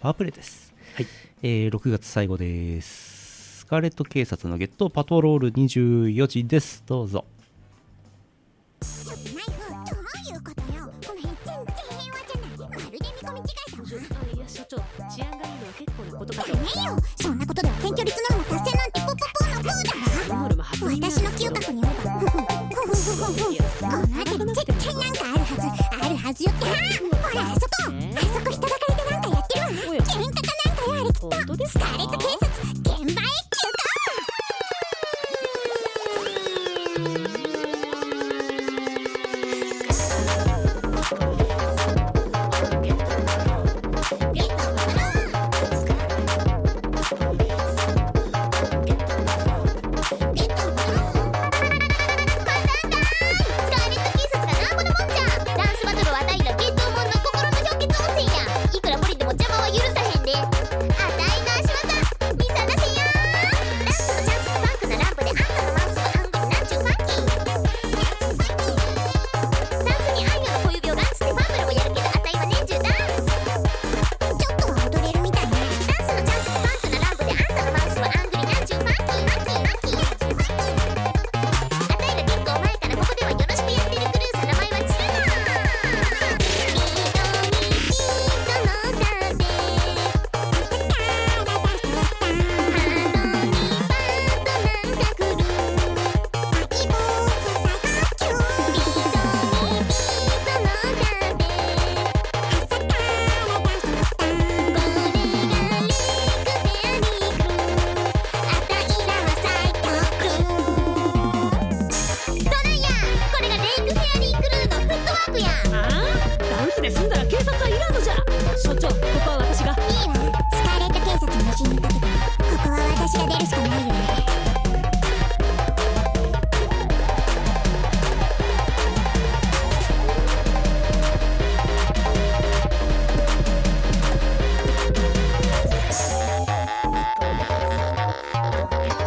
S2: パワープレイです。
S1: はい
S2: えー6月最後です。スカーレット警察のゲットパトロール24時です。どうぞ。
S4: ちょっとナイフどういうことよこの辺全然平和じゃないまるで見込み違いだわ
S5: あいや所長治安がいいのは結構なことかと
S4: ダメよそんなことでは検挙率ノルマ達成なんてポポポのプーだわ
S5: ノルマ発言
S4: 私の嗅覚によればふふふふふふこの辺り絶対なんかあるはずあるはずよってはほらあそこあそこ人だかりでなんかやってるわ
S5: お
S4: 喧
S5: や
S4: 嘩かなんかやあれきっと
S5: 本当です
S4: スカ
S5: か *laughs*
S4: ーレット警察現場へ急行スカーレット警察がなんぼのもんじゃダンスバトルはあたいらゲットモンの心の氷結温泉やいくら無理でも邪魔は許さへんであたいの足技見さらせやダンスのチャンスパンクなランプであんたのマウスの暗号になんちゅうファンキーダンスに愛の小指をランチでファンブラもやるけどあたいは年中ダンスちょっとは踊れるみたいねダンスのチャンスパンクなランプであんたのマウスは暗号になんちゅうファンキーファンキーファンキーファンキーファンキーあたいら結構前からここではよろしくやってるクルーズ名前はチルナ色に人のためハロにパートナーが来る大ボスさが急に人のため朝からだったこれがリクベアリクあたいらは最強クルーどないやこれがレイクフェアリークルーのフットワークやいいわ
S5: ああダンスで済んだら警察はいらんのじゃ所長ここは私が
S4: スカーレット警察の死にかけてここは私が出るしかないよね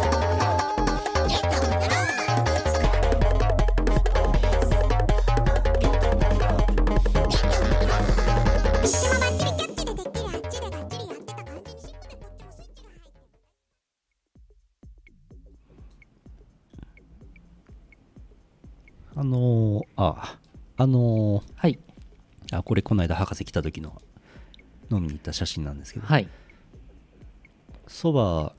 S4: ゲットだろいつもバッチリキャッチででっきりあっちでがっちりやってた感じにシックで楽しんでたってほしいんじゃない
S2: あのー、あ、あの
S1: はい
S2: ー、あ、これこの間博士来た時の飲みに行った写真なんですけど、
S1: はい
S2: そば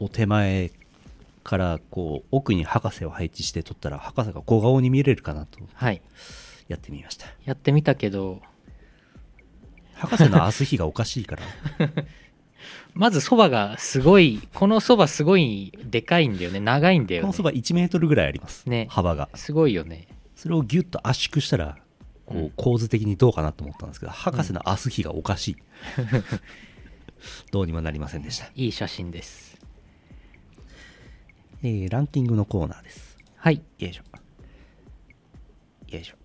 S2: を手前からこう奥に博士を配置して撮ったら博士が小顔に見れるかなと
S1: はい
S2: やってみました
S1: やってみたけど
S2: 博士の明日日がおか *laughs* しいから
S1: まずそばがすごいこのそばすごいでかいんだよね長いんだよ
S2: こ
S1: ね
S2: のそば1メートルぐらいあります、
S1: ね
S2: 幅が
S1: すごいよね
S2: それをギュッと圧縮したらこ
S1: うん
S2: う構図的にどうかなと思ったんですけど、博士の明日日がおか *laughs* しいどうにもなりませんでした、
S1: いい写真です
S2: えーランキングのコーナーです
S1: はい
S2: よいしょよいしょ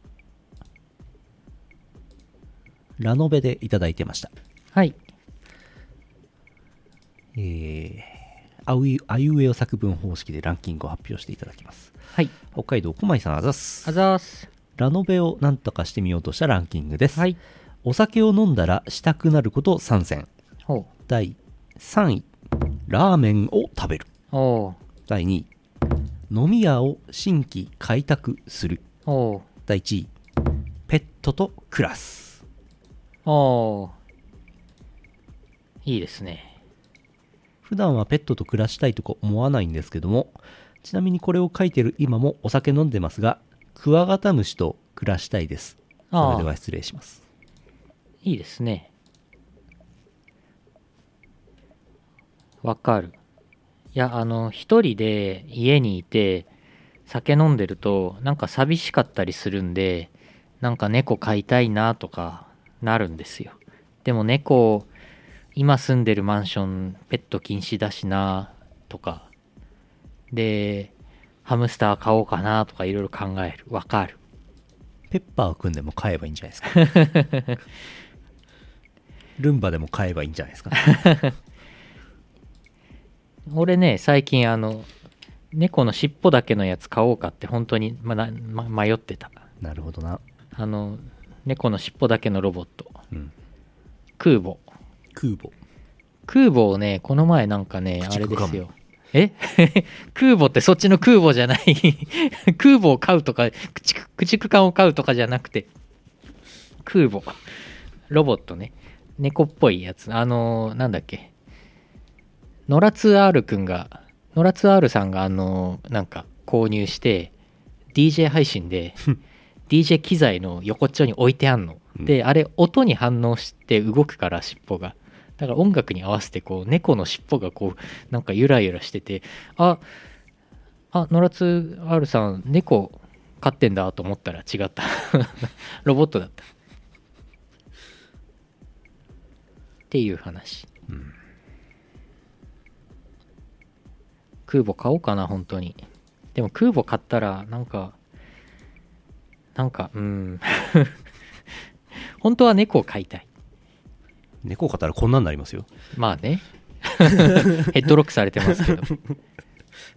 S2: ラノベでいただいてました
S1: はい
S2: えーあういあいうえお作文方式でランキングを発表していただきます
S1: はい
S2: 北海道小牧さんあざっす
S1: あざーす
S2: ラノベをなんとかしてみようとしたランキングです、
S1: はい
S2: お酒を飲んだらしたくなること3選
S1: ほ
S2: 第3位ラーメンを食べる
S1: うお
S2: 第2位飲み屋を新規開拓する
S1: うお
S2: 第1位ペットと暮らす
S1: うおういいですね
S2: 普段はペットと暮らしたいとか思わないんですけどもちなみにこれを書いてる今もお酒飲んでますがクワガタムシと暮らしたいですそ
S1: あ
S2: れでは
S1: あ
S2: 失礼します
S1: いいですねわかるいやあの一人で家にいて酒飲んでるとなんか寂しかったりするんでなんか猫飼いたいなとかなるんですよでも猫今住んでるマンションペット禁止だしなとかでハムスター買おうかなとかいろいろ考えるわかる
S2: ペッパーを組んでも買えばいいんじゃないですか *laughs* ルンバでも買えばいいんじゃないですか
S1: 俺ね最近あの猫の尻尾だけのやつ買おうかって本当に、まなま迷ってた
S2: なるほどな、
S1: あの猫の尻尾だけのロボット
S2: うん、
S1: 空母。
S2: 空母
S1: 空母をね、この前なんかね、あ
S2: 駆
S1: れで
S2: 逐艦
S1: すよ。え *laughs* 空母ってそっちの空母じゃない *laughs* 空母を買うとか、駆逐駆逐艦を買うとかじゃなくて、空母。ロボットね。猫っぽいやつ。あのーなんだっけ。ノラツアールくんが、ノラツアールさんがあのーなんか購入して、DJ 配信
S2: *laughs*
S1: で、DJ 機材の横っちょに置いてあんの。
S2: うん
S1: で、あれ、音に反応して動くから、尻尾が。だから音楽に合わせて、こう、猫の尻尾がこう、なんかゆらゆらしてて、あ、あ、ノラツアールさん、猫飼ってんだと思ったら違った。 *laughs* ロボットだった。っていう話。空母買おうかな、本当に。でも空母買ったら、なんか、なんか、うん。 *laughs* 本当は猫を飼いたい。
S2: 猫を飼ったらこんなんなりますよ
S1: まあね。 *laughs* ヘッドロックされてますけど。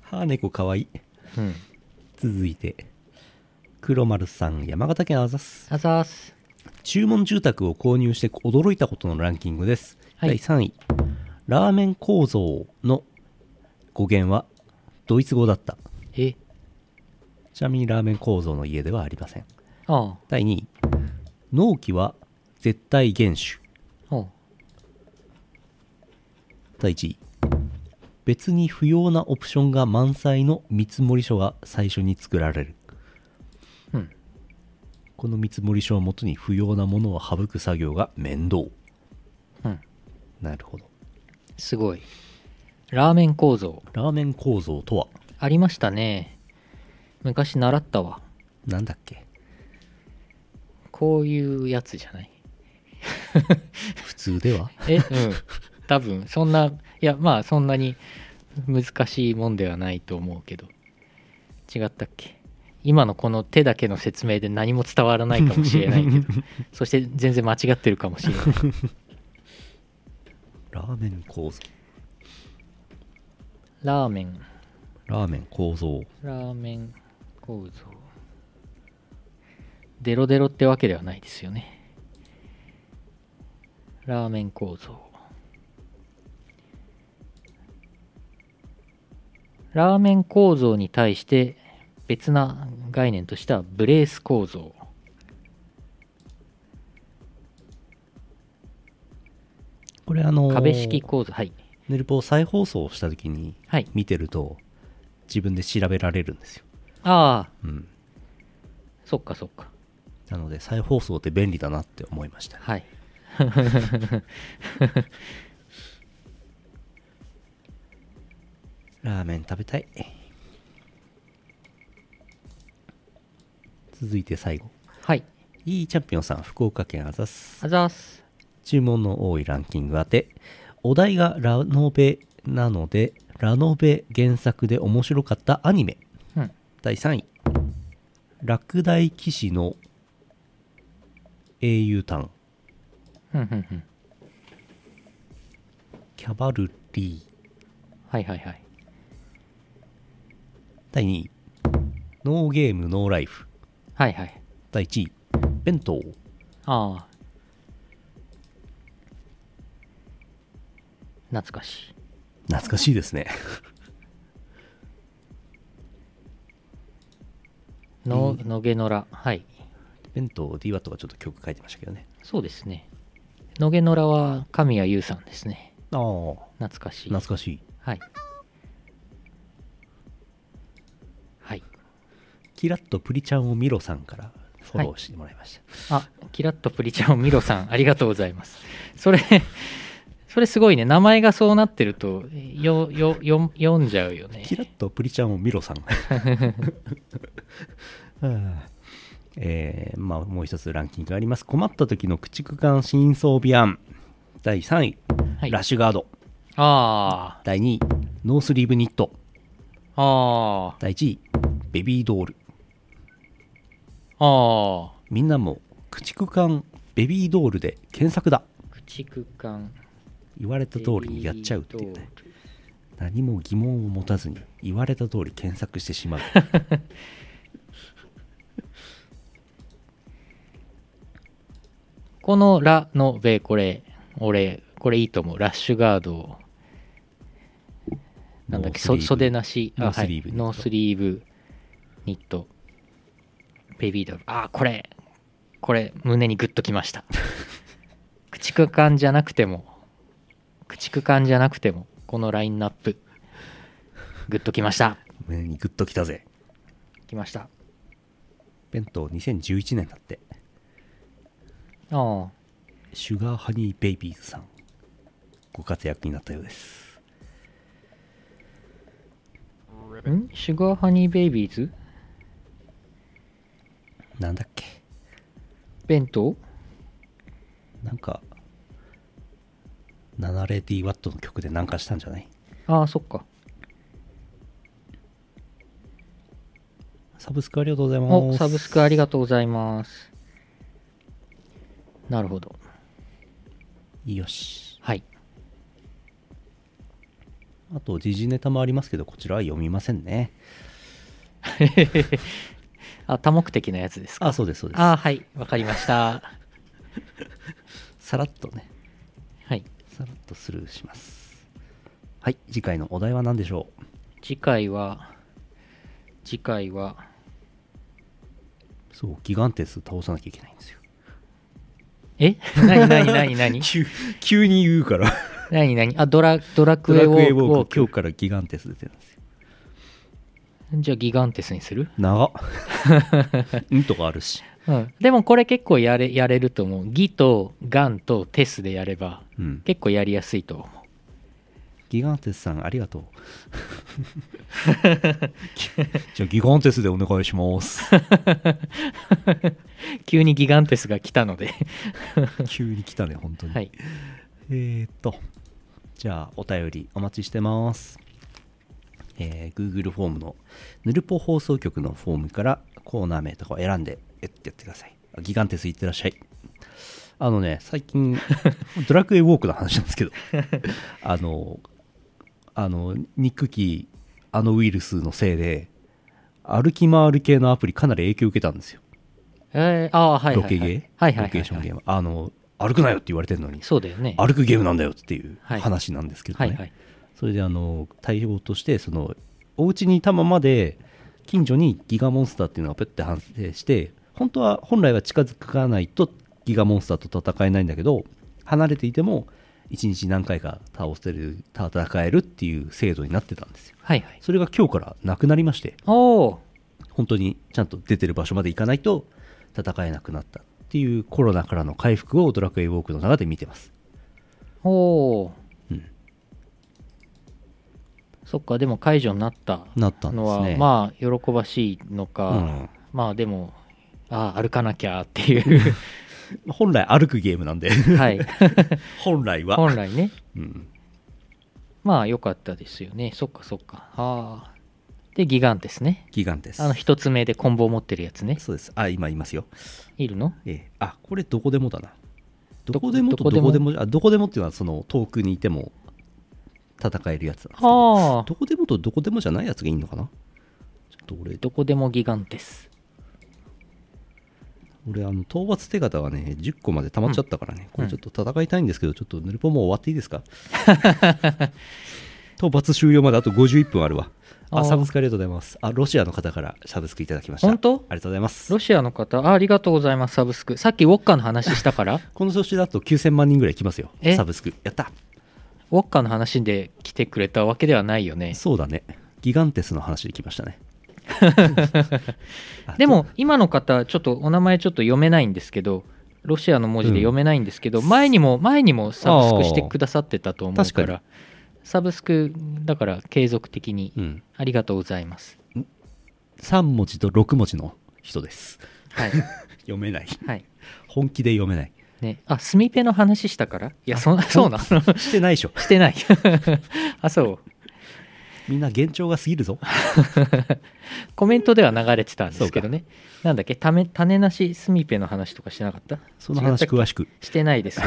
S2: はあ猫かわいい
S1: うん。
S2: 続いて黒丸さん山形県あざす
S1: あざーす。
S2: 注文住宅を購入して驚いたことのランキングです、
S1: はい
S2: 第3位ラーメン構造の語源はドイツ語だった
S1: え、
S2: ちなみにラーメン構造の家ではありません
S1: あ
S2: 第2位納期は絶対厳守
S1: あ、お
S2: 第1位別に不要なオプションが満載の見積書が最初に作られる、
S1: うん
S2: この見積書をもとに不要なものを省く作業が面倒
S1: うん。
S2: なるほど
S1: すごい。ラーメン構造。
S2: ラーメン構造とは
S1: ありましたね。昔習ったわ。
S2: なんだっけ
S1: こういうやつじゃない。
S2: 普通では
S1: え、うん。多分、そんな、いや、まあ、そんなに難しいもんではないと思うけど。違ったっけ今のこの手だけの説明で何も伝わらないかもしれない *laughs* けどそして全然間違ってるかもしれない
S2: ラーメン構造
S1: ラーメン
S2: ラーメン構造
S1: ラーメン構造デロデロってわけではないですよねラーメン構造ラーメン構造に対して別な概念としてはブレース構造
S2: これあのー
S1: 壁式構造はい
S2: ヌルポを再放送した時に
S1: はい
S2: 見てると自分で調べられるんですよ、
S1: ああ
S2: うん、
S1: そっかそっか
S2: なので再放送って便利だなって思いました
S1: はい
S2: ラーメン食べたい続いて最後
S1: はい
S2: いいチャンピオンさん福岡県あざす
S1: あざーす
S2: 注文の多いランキング当てお題がラノベなのでラノベ原作で面白かったアニメ
S1: うん
S2: 第3位落第騎士の英雄譚
S1: うんうんうん
S2: キャバルリー
S1: はいはいはい
S2: 第2位ノーゲームノーライフ
S1: はいはい
S2: 第1位弁当
S1: ああ懐かしい
S2: 懐かしいで
S1: *laughs*
S2: すね
S1: の、のげのらはい
S2: 弁当 DWAT がちょっと曲書いてましたけどね
S1: そうですねのげのらは神谷優さんですね
S2: ああ
S1: 懐かしい
S2: 懐かしい
S1: はいはい
S2: キラッとプリちゃんを見ろさんからフォローしてもらいました、
S1: あキラッとプリちゃんをミロさんありがとうございますそれそれすごいね名前がそうなってるとよよよ読んじゃうよね
S2: キラッとプリちゃんを見
S1: *laughs*
S2: ろさん *laughs* はあえーまあもう一つランキングがあります困った時の駆逐艦新装備案第3位、
S1: はい
S2: ラッシュガード
S1: あ
S2: 第2位ノースリーブニット
S1: あああ
S2: 第1位ベビードール
S1: ああ
S2: みんなも駆逐艦ベビードールで検索だ
S1: 駆逐艦
S2: 言われた通りにやっちゃうっていうね何も疑問を持たずに言われた通り検索してしまう
S1: この「ラ」の「べ」これ俺、これいいと思う。ラッシュガードを *laughs* なんだっけ、そ袖なし、あ
S2: ノースリーブ
S1: はい
S2: ニット
S1: ノースリーブニット、ベビードル。あー、これ、これ、胸にグッときま *laughs* した。駆逐艦じゃなくても、駆逐艦じゃなくても、このラインナップ、グッときま *laughs* した。
S2: 胸にグッときたぜ
S1: きました。
S2: 弁当2011年だって
S1: ああ、
S2: シュガーハニーベイビーズさんご活躍になったようです
S1: んシュガーハニーベイビーズ
S2: なんだっけ
S1: 弁当
S2: なんか 780W の曲でなんかしたんじゃない
S1: ああ、そっか。
S2: サブスクありがとうございます
S1: お、サブスクありがとうございます。なるほど。
S2: よし
S1: はい。 *laughs*
S2: あと時事ネタもありますけどこちらは読みませんね
S1: あ、多目的なやつですか。
S2: あそうですそうです
S1: あーはい。わかりました。
S2: さらっとね
S1: はい。
S2: さらっとスルーしますはい次回のお題は何でしょう
S1: 次回は、次回は、
S2: そうギガンテス倒さなきゃいけないんですよ *laughs*
S1: えなになになに *laughs* なに
S2: 急急に言うから
S1: なになにあ、ドラ、ドラ
S2: ド
S1: クエ
S2: ラ
S1: ウ
S2: ク
S1: ォ
S2: エウ
S1: ーク。
S2: ォーク今日からギガンテス出てるんですよ
S1: じゃあギガンテスにする
S2: *laughs* 長っんとかあるし
S1: うん。でもこれ結構やれ、やれると思う。ギとガンとテスでやれば、
S2: うん
S1: 結構やりやすいと思う。
S2: ギガンテスさんあり
S1: *laughs*
S2: がとう *laughs* じゃあギガンテスでお願い
S1: *laughs*
S2: します
S1: 急にギガンテスが来たので。 *laughs*
S2: 急に来たね本当に、
S1: はい。
S2: えー、っと、じゃあお便りお待ちしてます。えー Google フォームのヌルポ放送局のフォームからコーナー名とかを選んで、えってやってください。あギガンテスいってらっしゃい。あのね、最
S1: *laughs*
S2: 近、ドラクエウォークの話なんですけど、 *laughs* あの、あの、ニックキー、あのウイルスのせいで、歩き回る系のアプリかなり影響を受けたんですよ。
S1: えー、ああー、はいはい、はい。
S2: ロケゲー、
S1: はいはいはい、はい。
S2: ロケーションゲーム。あの、歩くなよって言われてるのに、
S1: そうだよね。
S2: 歩くゲームなんだよっていう
S1: はい
S2: 話なんですけどね、
S1: はいはい。
S2: それであの対応としてそのお家にいたままで近所にギガモンスターっていうのがペッて反省して本当は本来は近づかないとギガモンスターと戦えないんだけど離れていても1日何回か倒せる戦えるっていう制度になってたんですよ
S1: はいはい。
S2: それが今日からなくなりまして
S1: おー。
S2: 本当にちゃんと出てる場所まで行かないと戦えなくなったっていうコロナからの回復をドラクエウォークの中で見てます
S1: おー。
S2: うん
S1: そっか、でも解除になった
S2: なったんで
S1: の
S2: す
S1: は、
S2: ね
S1: まあ、喜ばしいのか、
S2: うん
S1: まあ、でも、ああ、歩かなきゃって
S2: *laughs*
S1: いう、
S2: 本来歩くゲームなんで *laughs*
S1: はい、
S2: 本来は
S1: 本来ね、
S2: うん
S1: まあ、良かったですよね。そっか、そっか。ああ。で、ギガンですね。
S2: ギガンです
S1: あの、一つ目でコンボを持ってるやつね。
S2: そうですあ今いますよ、
S1: いるの
S2: ええあこれどこでもだなどこでもと
S1: ど
S2: どこ
S1: こ
S2: で
S1: で
S2: もあどこでもっていうのはその遠くにいても戦えるやつなんですけど
S1: ああ。
S2: どこでもとどこでもじゃないやつがいいのかなちょっと俺
S1: どこでもギガンです。
S2: 俺あの討伐手形がね10個まで溜まっちゃったからね、これちょっと戦いたいんですけどちょっとヌルポもう終わっていいですか *laughs* 討伐終了まであと51分あるわ
S1: あ
S2: あ
S1: ー
S2: サブスクありがとうございますあロシアの方からサブスクいただきました
S1: 本当
S2: ありがとうございます
S1: ロシアの方、あありがとうございます、サブスク。さっきウォッカの話した
S2: *laughs*
S1: から、
S2: この調子だと9000万人ぐらい来ますよ
S1: え
S2: サブスクやった
S1: ウォッカの話で来てくれたわけではないよね。
S2: そうだねギガンテスの話できました
S1: *laughs*
S2: ねあ
S1: でも今の方ちょっとお名前ちょっと読めないんですけどロシアの文字で読めないんですけど、前にも前にもサブスクしてくださってたと思うか
S2: 確から
S1: サブスクだから継続的に
S2: うん、
S1: ありがとうございます、
S2: 3文字と6文字の人です *laughs*
S1: はい
S2: 読めない
S1: はい
S2: 本気で読めない
S1: ねあスミペの話したからいやそそうなの *laughs*
S2: してないでしょ
S1: して
S2: *laughs*
S1: ないあそう
S2: みんな幻聴が過ぎるぞ
S1: コメントでは流れてたんですけどねなんだっけため種なしスミペの話とかしてなかった
S2: その話
S1: 違ったっ
S2: 詳しく
S1: けしてない
S2: *laughs*
S1: ですよ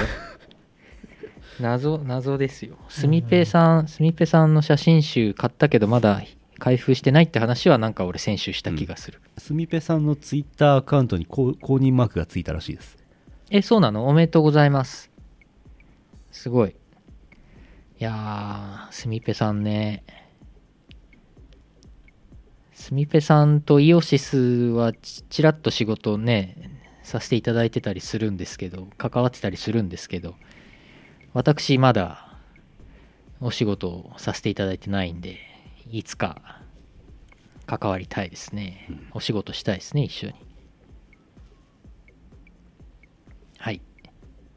S1: 謎謎ですよスミペさんスミペさんの写真集買ったけどまだ開封してないって話はなんか俺先週した気がする、
S2: すみぺさんのツイッターアカウントに公公認マークがついたらしいです
S1: えそうなのおめでとうございますすごい。いやー、すみぺさんね。すみぺさんとイオシスはちちらっと仕事をね、させていただいてたりするんですけど、関わってたりするんですけど、私まだお仕事をさせていただいてないんで、いつか関わりたいですね。お仕事したいですね、一緒に。はい。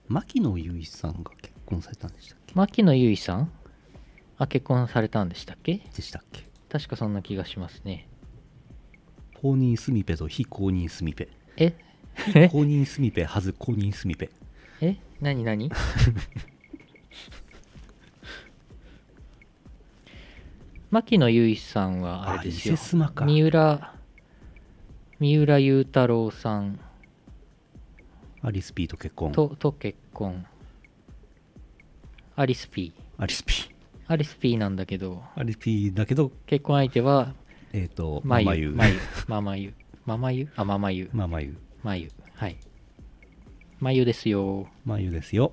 S2: 牧野由依さんが結婚されたんでしたっけ
S1: 牧野由依さんあ結婚されたんでしたっけ
S2: でしたっけ
S1: 確かそんな気がしますね
S2: 公認スミペと非公認スミペ
S1: え
S2: 非公認スミペはず公認スミペ
S1: え何何 *laughs* 牧野由依さんはあれですよ
S2: あリセスマか
S1: 三浦三浦雄太郎さん
S2: アリスピーと結婚
S1: とと結婚アリスピー
S2: アリスピー
S1: アリスピーなんだけど
S2: アリスピーだけど
S1: 結婚相手は
S2: えっ、と
S1: マ
S2: ママ
S1: ユ
S2: ユ
S1: マユママユママユあママユ
S2: ママユ
S1: 眉はい眉ですよ
S2: マユですよ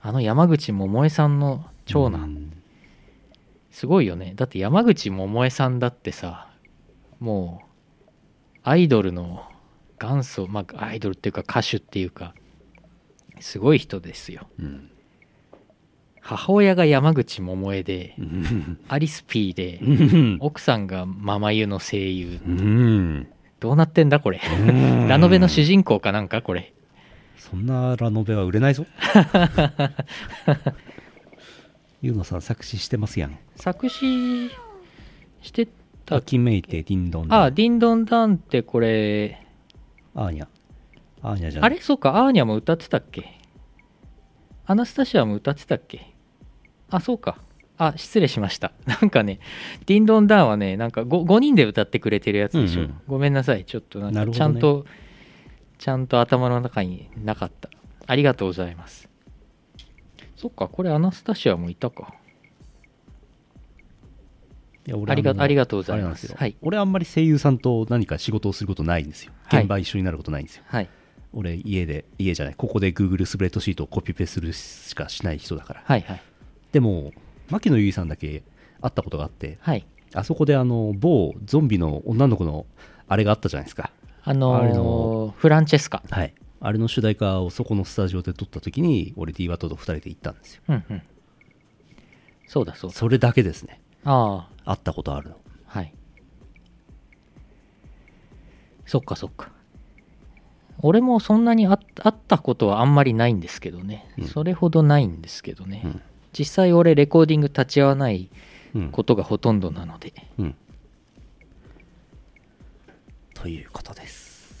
S1: あの山口百恵さんの長男、
S2: うん
S1: すごいよねだって山口百恵さんだってさもうアイドルの元祖まあアイドルっていうか歌手っていうかすごい人ですよ
S2: うん
S1: 母親が山口百恵で *laughs*
S2: うん
S1: アリスピーで
S2: うん
S1: 奥さんがママユの声優
S2: うん
S1: どうなってんだこれ
S2: う
S1: *laughs*
S2: ん
S1: ラノベの主人公かなんかこれ
S2: そんなラノベは売れな
S1: *laughs*
S2: いぞユーノさん作詞してますやん
S1: 作詞してたっけ
S2: 秋めいてディンドン
S1: あ
S2: ダ
S1: あ、
S2: ン
S1: ディンドンダンってこれ、
S2: アーニャアーニャじゃん
S1: あれそうか、アーニャも歌ってたっけアナスタシアも歌ってたっけあ、そうか。あ、失礼しました。 *laughs* なんかね、ディンドンダンはね、なんか 5, 人で歌ってくれてるやつでしょ。
S2: うんうん
S1: ごめんなさい。ちょっとなん
S2: な
S1: か
S2: るほ
S1: ち
S2: ど
S1: ゃ
S2: ね
S1: んと、ちゃんと頭の中になかった。ありがとうございます。そっか、これアナスタシアもいたか。
S2: いや俺
S1: ありが
S2: の
S1: ありがとうござい
S2: あれなん
S1: ま
S2: です
S1: す
S2: よ、
S1: はい
S2: 俺あんまり声優さんと何か仕事をすることないんですよ
S1: はい
S2: 現場一緒になることないんですよ、
S1: はい。
S2: 俺家で家じゃないここで Google スプレッドシートをコピペするしかしない人だから
S1: はいはい。
S2: でも牧野由依さんだけ会ったことがあって
S1: はい。
S2: あそこであの某ゾンビの女の子のあれがあったじゃないですか
S1: あのー
S2: あれの
S1: フランチェスカ。
S2: はいあれの主題歌をそこのスタジオで撮った時に俺 d ワットと2人で行ったんですよ
S1: うんうん。そうだそうだ。
S2: それだけですね
S1: ああ。
S2: 会ったことあるの
S1: はい。そっかそっか。俺もそんなにあっ会ったことはあんまりないんですけどね。
S2: うん
S1: それほどないんですけどね。
S2: うん
S1: 実際俺レコーディング立ち会わない
S2: うん
S1: ことがほとんどなので。
S2: うんということです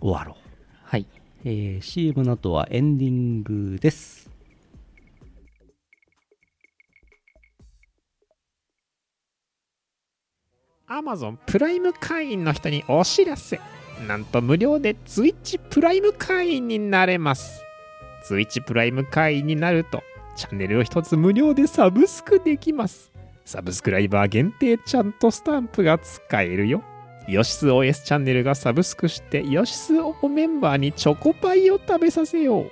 S2: 終わろう
S1: はい。
S2: えー、CM の後はエンディングです。
S3: Amazon プライム会員の人にお知らせなんと無料で Twitch プライム会員になれます Twitch プライム会員になるとチャンネルを一つ無料でサブスクできますサブスクライバー限定ちゃんとスタンプが使えるよヨシス OS チャンネルがサブスクしてヨシスオメンバーにチョコパイを食べさせよう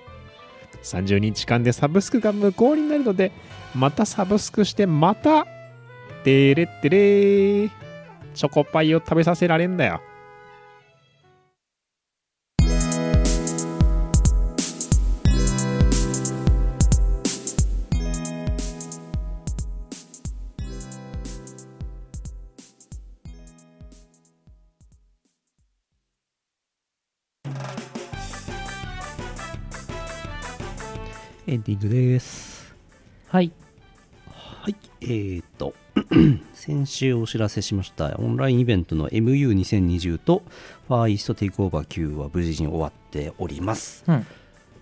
S3: 30日間でサブスクが無効になるのでまたサブスクしてまたてれってれーチョコパイを食べさせられんだよ。
S2: エンディングです。
S1: はい。
S2: はい。えー、っと、 *clears throat* 先週お知らせしましたオンラインイベントの MU2020 とファーイーストテイクオーバー Q は無事に終わっております。
S1: うん。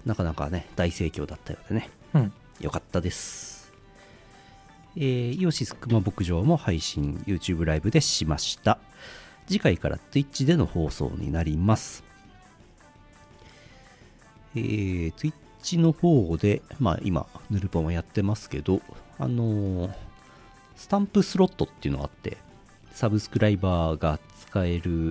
S2: なかなかね、大盛況だったようでね、
S1: うん。
S2: よかったです。えーイオシスクマ牧場も配信、YouTube ライブでしました。次回から Twitch での放送になります。えー、Twitch の方で、まあ今、ヌルポもやってますけど、あのースタンプスロットっていうのがあって、サブスクライバーが使える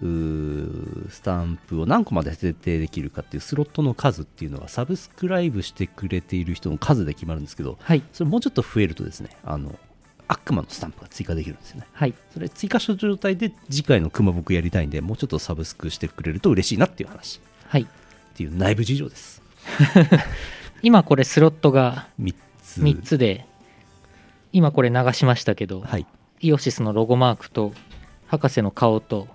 S2: うースタンプを何個まで設定できるかっていうスロットの数っていうのがサブスクライブしてくれている人の数で決まるんですけど
S1: はい
S2: それもうちょっと増えるとですねあの悪魔のスタンプが追加できるんですよね
S1: はい
S2: それ追加した状態で次回の熊僕やりたいんでもうちょっとサブスクしてくれると嬉しいなっていう話
S1: はい
S2: っていう内部事情です
S1: 今これスロットが
S2: 3つ
S1: 3つで今これ流しましたけど、
S2: はい
S1: イオシスのロゴマークと博士の顔と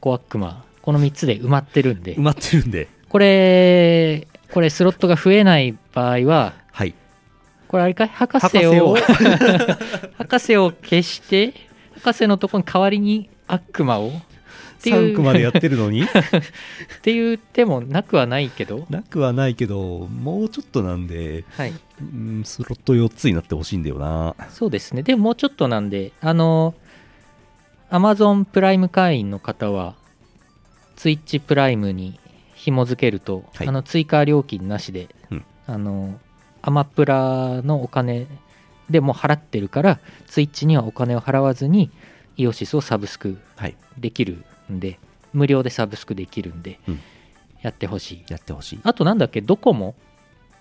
S1: コアックマこの3つで埋まってるんで
S2: 埋まってるんで
S1: これこれスロットが増えない場合は
S2: はい
S1: これあれかい博士を
S2: 博
S1: *laughs* 博士を消して博士のとこに代わりに悪魔をっていう
S2: 3区までやってるのに
S1: っていう手もなくはないけど
S2: なくはないけどもうちょっとなんで
S1: はい
S2: うんスロット4つになってほしいんだよな
S1: そうですねでももうちょっとなんであの Amazon プライム会員の方は Twitch プライムに紐付けると、
S2: はい
S1: あの追加料金なしで、
S2: うん
S1: あのアマプラのお金でもう払ってるから Twitch にはお金を払わずにイオシスをサブスク
S2: はい
S1: できるんで無料でサブスクできるんで、
S2: うん
S1: やってほしい
S2: やってほしい
S1: あとなんだっけドコモ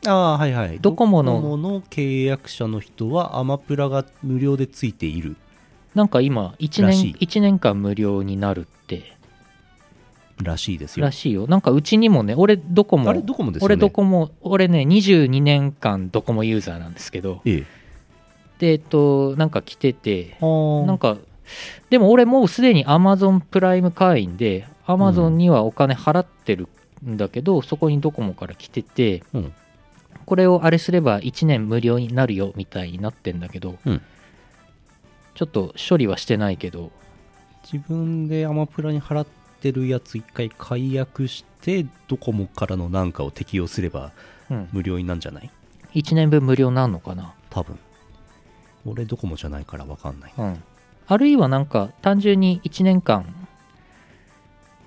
S2: ああはいはい
S1: ドコモの
S2: ドコモの契約者の人はアマプラが無料でついている
S1: なんか今1
S2: らしい
S1: 年一年間無料になるって
S2: らしいですよ
S1: らしいよなんかうちにもね俺ドコモ
S2: あれドコモですよね
S1: 俺ドコモ俺ね22年間ドコモユーザーなんですけど
S2: ええ
S1: でえっとなんか来ててなん
S2: は
S1: かでも俺もうすでに Amazon プライム会員で Amazon にはお金払ってるんだけど、そこにドコモから来てて、
S2: うん
S1: これをあれすれば1年無料になるよみたいになってんだけど、
S2: うん
S1: ちょっと処理はしてないけど
S2: 自分でアマプラに払ってるやつ一回解約してドコモからのなんかを適用すれば
S1: うん
S2: 無料になんじゃない
S1: 1年分無料なんのかな、
S2: 多分俺ドコモじゃないから分かんない
S1: うん、あるいはなんか単純に1年間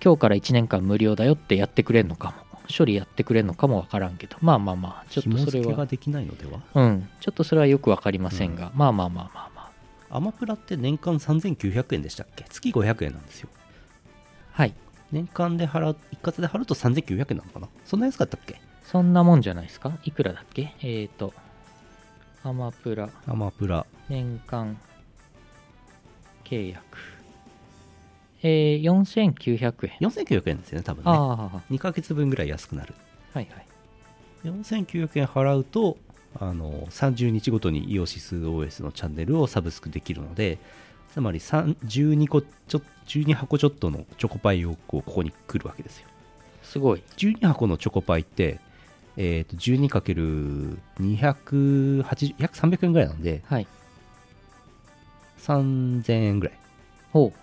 S1: 今日から1年間無料だよってやってくれんのかも処理やってくれんのかもわからんけどまあまあまあちょっと
S2: 紐
S1: それ
S2: 付け
S1: は
S2: ができないのでは
S1: うんちょっとそれはよくわかりませんが、まあまあまあまあまあ
S2: アマプラって年間3900円でしたっけ月500円なんですよ
S1: はい
S2: 年間で払う一括で払うと3900円なのかなそんな安かったっけ
S1: そんなもんじゃないですかいくらだっけえっ、ー、とアマプラ
S2: アマプラ
S1: 年間契約えー、4900円、
S2: 4900円ですよね多分ね
S1: ああ
S2: 2ヶ月分ぐらい安くなる
S1: はいはい
S2: 4900円払うとあの30日ごとにイオシス OS のチャンネルをサブスクできるのでつまり3 12, 個ちょ12箱ちょっとのチョコパイをこうここに来るわけですよ
S1: すごい
S2: 12箱のチョコパイって、えー、と 12×280 約300円ぐらいなんで
S1: はい
S2: 3000円ぐらい
S1: ほう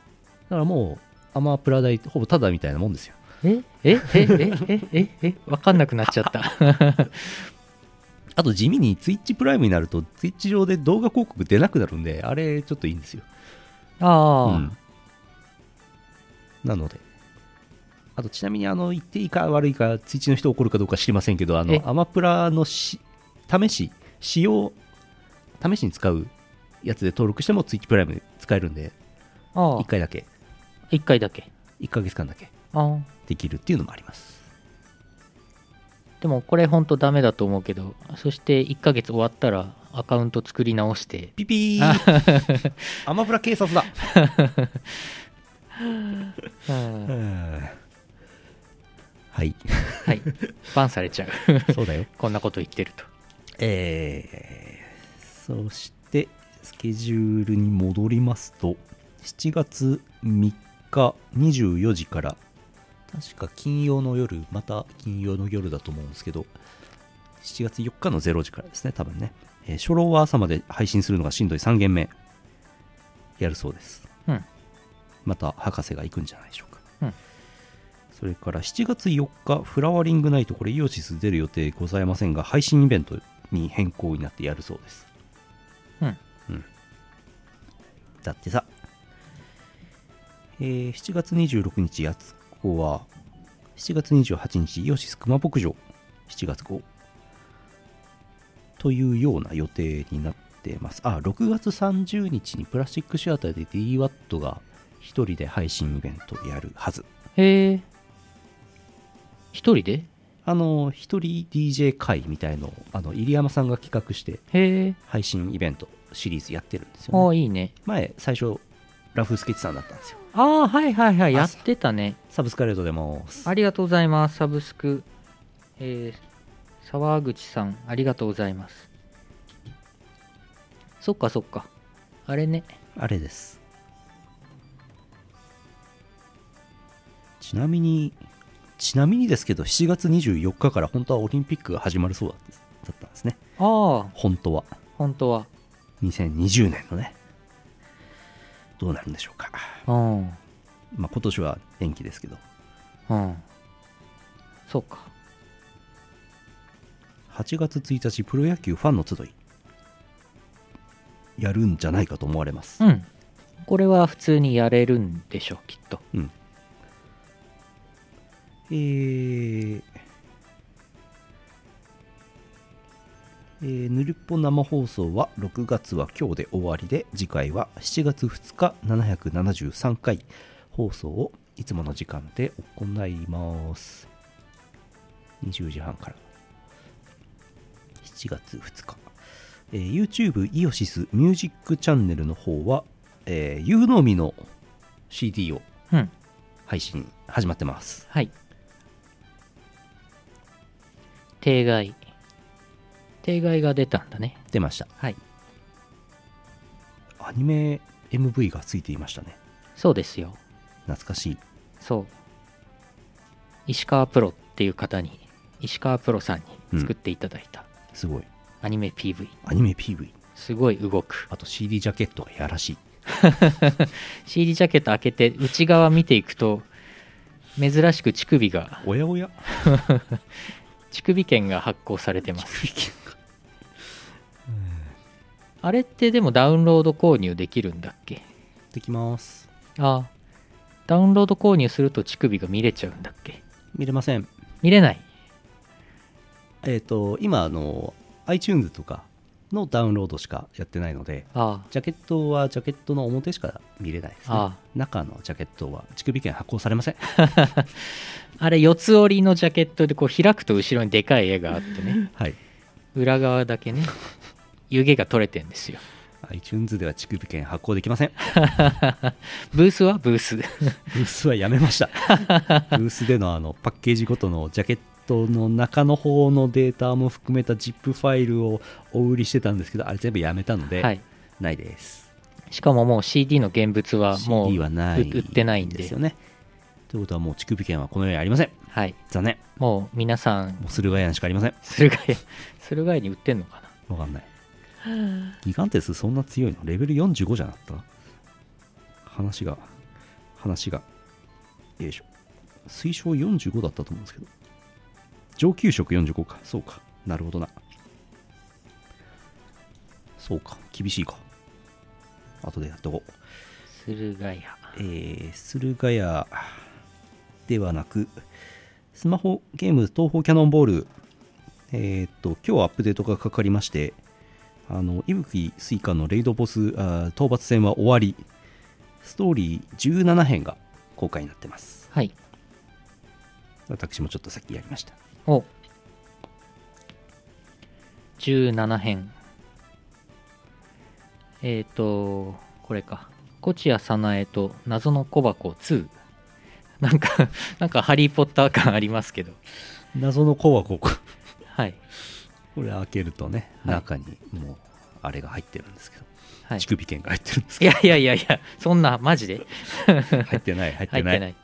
S2: だからもうアマプラ代ほぼタダみたいなもんですよ
S1: えええええええわかんなくなっちゃった
S2: あと地味に Twitch プライムになると Twitch 上で動画広告出なくなるんであれちょっといいんですよ
S1: ああ、
S2: うんなのであとちなみにあの言っていいか悪いかツイッチの人怒るかどうか知りませんけどあ
S1: え
S2: のアマプラのし試し使用試しに使うやつで登録してもツイッチプライムで使えるんで
S1: ああ
S2: 1回だけ
S1: 1回だけ
S2: 1ヶ月間だけ
S1: ああ
S2: できるっていうのもあります
S1: でもこれほんとダメだと思うけどそして1ヶ月終わったらアカウント作り直して
S2: ピピー
S1: *laughs*
S2: アマプラ警察だ
S1: うん *laughs*
S2: はい
S1: はい。バンされちゃう。 *laughs*
S2: そうだよ
S1: こんなこと言ってると。
S2: えーそしてスケジュールに戻りますと7月3日24時から確か金曜の夜また金曜の夜だと思うんですけど7月4日の0時からですね多分ね、えー初老は朝まで配信するのがしんどい3限目やるそうです
S1: うん。
S2: また博士が行くんじゃないでしょうか、
S1: うん
S2: それから7月4日フラワリングナイトこれイオシス出る予定ございませんが配信イベントに変更になってやるそうです
S1: うん、
S2: うん、だってさ、えー7月26日やつこは7月28日イオシス熊牧場7月号というような予定になってますあ6月30日にプラスチックシアターで DWAT が一人で配信イベントをやるはず
S1: へえ一人で
S2: あの一人 DJ 会みたいのをあの入山さんが企画して
S1: へえ
S2: 配信イベントシリーズやってるんですよ、
S1: あ
S2: ね、
S1: あいいね
S2: 前最初ラフスケッチさんだったんですよ
S1: ああはいはいはいやってたね
S2: サブスカレートでも
S1: ありがとうございますサブスクえー、沢口さんありがとうございますそっかそっかあれね
S2: あれですちなみにちなみにですけど7月24日から本当はオリンピックが始まるそうだだったんですね
S1: ああ
S2: 本当は
S1: 本当は
S2: 2020年のねどうなるんでしょうか、
S1: うん
S2: まあ、今年は延期ですけど
S1: うんそうか
S2: 8月1日プロ野球ファンの集いやるんじゃないかと思われます、
S1: うんこれは普通にやれるんでしょきっと
S2: えーえーぬるっぽ生放送は6月は今日で終わりで次回は7月2日773回放送をいつもの時間で行います20時半から7月2日、えー YouTube イオシスミュージックチャンネルの方は、えー、ユーノミの CD を
S1: うん
S2: 配信始まってます
S1: はい。定外。定外が出たんだね。
S2: 出ました
S1: はい。
S2: アニメ MV がついていましたね
S1: そうですよ。
S2: 懐かしい
S1: そう。石川プロっていう方に、石川プロさんに作っていただいた
S2: すごい
S1: アニメ PV。
S2: アニメ PV
S1: すごい動く。
S2: あと CD ジャケットがやらしい
S1: CD ジャケット開けて内側見ていくと、珍しく乳首が、
S2: おやおや
S1: 乳首券が発行されてます。あれってでもダウンロード購入できるんだっけ
S2: できます
S1: ああダウンロード購入すると乳首が見れちゃうんだっけ
S2: 見れません
S1: 見れない
S2: えっ、と今あの iTunes とかのダウンロードしかやってないので
S1: あ
S2: ジャケットはジャケットの表しか見れないですね
S1: あ
S2: 中のジャケットは乳首券発行されません
S1: ああれ四つ折りのジャケットでこう開くと後ろにでかい絵があってね
S2: はい
S1: 裏側だけね湯気が取れてんですよ *laughs*
S2: iTunes では乳首券発行できません
S1: ブースはブー
S2: *laughs*
S1: ス
S2: ブースはやめました
S1: *laughs*
S2: ブースでのあのパッケージごとのジャケットの中の方のデータも含めた ZIP ファイルをお売りしてたんですけどあれ全部やめたので、
S1: はい
S2: ないです
S1: しかももう CD の現物はもう
S2: CD はない
S1: 売売ってないんで
S2: ですよねということはもう乳首券はこの世にありません
S1: はい、
S2: 残念
S1: もう皆さん
S2: もう駿河屋にしかありません
S1: 駿河屋 *laughs* 駿河屋に売ってんのかな
S2: わかんないギガンテスそんな強いのレベル45じゃなかった話が話がよいしょ推奨45だったと思うんですけど上級職45かそうかなるほどなそうか厳しいか後でやっとこう
S1: 駿河屋
S2: えー、駿河屋ではなく、スマホゲーム東方キャノンボール、えーっと、今日アップデートがかかりまして、あの、伊吹スイカのレイドボスあー討伐戦は終わり、ストーリー17編が公開になってます。
S1: はい
S2: 私もちょっとさっきやりました。
S1: お17編えっ、とこれか「コチアサナエと謎の小箱2」なんかなんか「ハリー・ポッター」感ありますけど
S2: 謎の子はここ。
S1: はい
S2: これ開けるとね、
S1: はい
S2: 中にもう、あれが入ってるんですけど、
S1: はい
S2: 乳首券が入ってるんです
S1: い
S2: け
S1: やいやいやいやそんなマジで
S2: ど、 *laughs* 入ってない、入
S1: 入
S2: って
S1: っ
S2: な
S1: て
S2: い。
S1: ない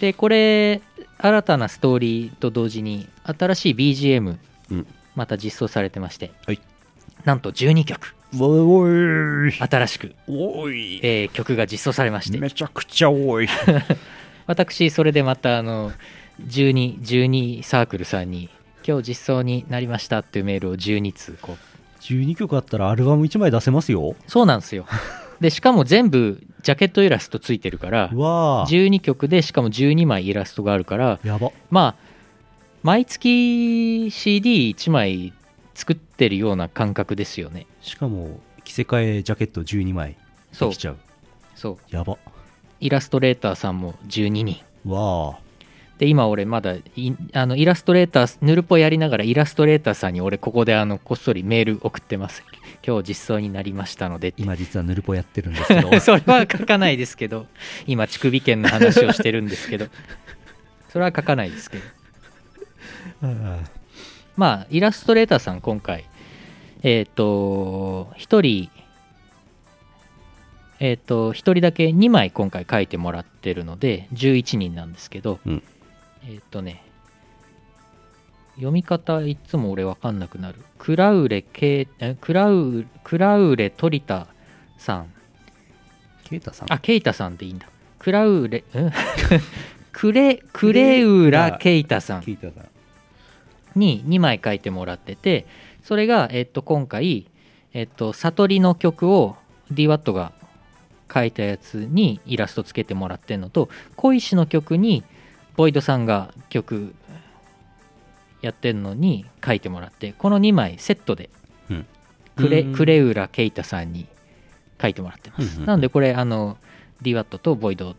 S1: でこれ新たなストーリーと同時に新しい BGM
S2: うん
S1: また実装されてまして、
S2: はい
S1: なんと12曲
S2: おい
S1: 新しく、
S2: おい
S1: えー曲が実装されまして
S2: めちゃくちゃ多い
S1: 私それでまたあの1212サークルさんに今日実装になりましたっていうメールを12通こう
S2: 12曲あったらアルバム1枚出せますよ
S1: そうなんですよでしかも全部ジャケットイラストついてるから
S2: うわー
S1: 12曲でしかも12枚イラストがあるから
S2: やば
S1: まあ毎月 CD1 枚作ってるような感覚ですよね
S2: しかも着せ替えジャケット12枚
S1: そ
S2: で
S1: う
S2: きちゃう
S1: そう
S2: やば
S1: イラストレーターさんも12人
S2: わあ
S1: で今俺まだいあのイラストレーターヌルポやりながらイラストレーターさんに俺ここであのこっそりメール送ってます今日実装になりましたのでって
S2: 今実はヌルポやってるんですけ
S1: *laughs*
S2: ど
S1: それは書かないですけど今乳首剣の話をしてるんですけどそれは書かないですけど
S2: うん
S1: まあイラストレーターさん今回えっ、と1人えっ、と1人だけ2枚今回書いてもらってるので11人なんですけど、
S2: うん
S1: えっ、とね読み方いつも俺わかんなくなるクラウレケえクラウクラウレトリタさん
S2: ケイタさん
S1: あ、ケイタさんでいいんだ。クラウレ、うん *laughs* クレ、クレウラケイタさん
S2: ケイタさん
S1: に2枚書いてもらってて、それが、えっと、今回、えっと、悟りの曲を DWAT が書いたやつにイラストつけてもらってんのと、小石の曲に、ボイドさんが曲やってんのに書いてもらって、この2枚セットで
S2: うん、
S1: クレ、
S2: うん
S1: クレウラケイタさんに書いてもらってます。
S2: うんうん
S1: なのでこれあの DWAT と VOID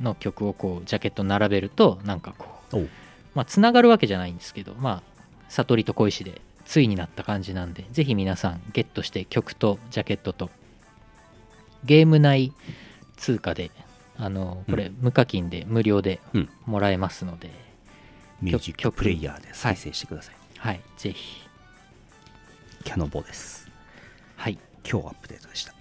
S1: の曲をこうジャケット並べるとなんかこう
S2: おう
S1: まあつながるわけじゃないんですけどまあ悟りと小石でついになった感じなんでぜひ皆さんゲットして曲とジャケットとゲーム内通貨であのこれ無課金で無料で
S2: うん
S1: もらえますので、
S2: ミュージックプレイヤーで再生してください、
S1: はいぜひ
S2: キャノボーです
S1: はい
S2: 今日アップデートでした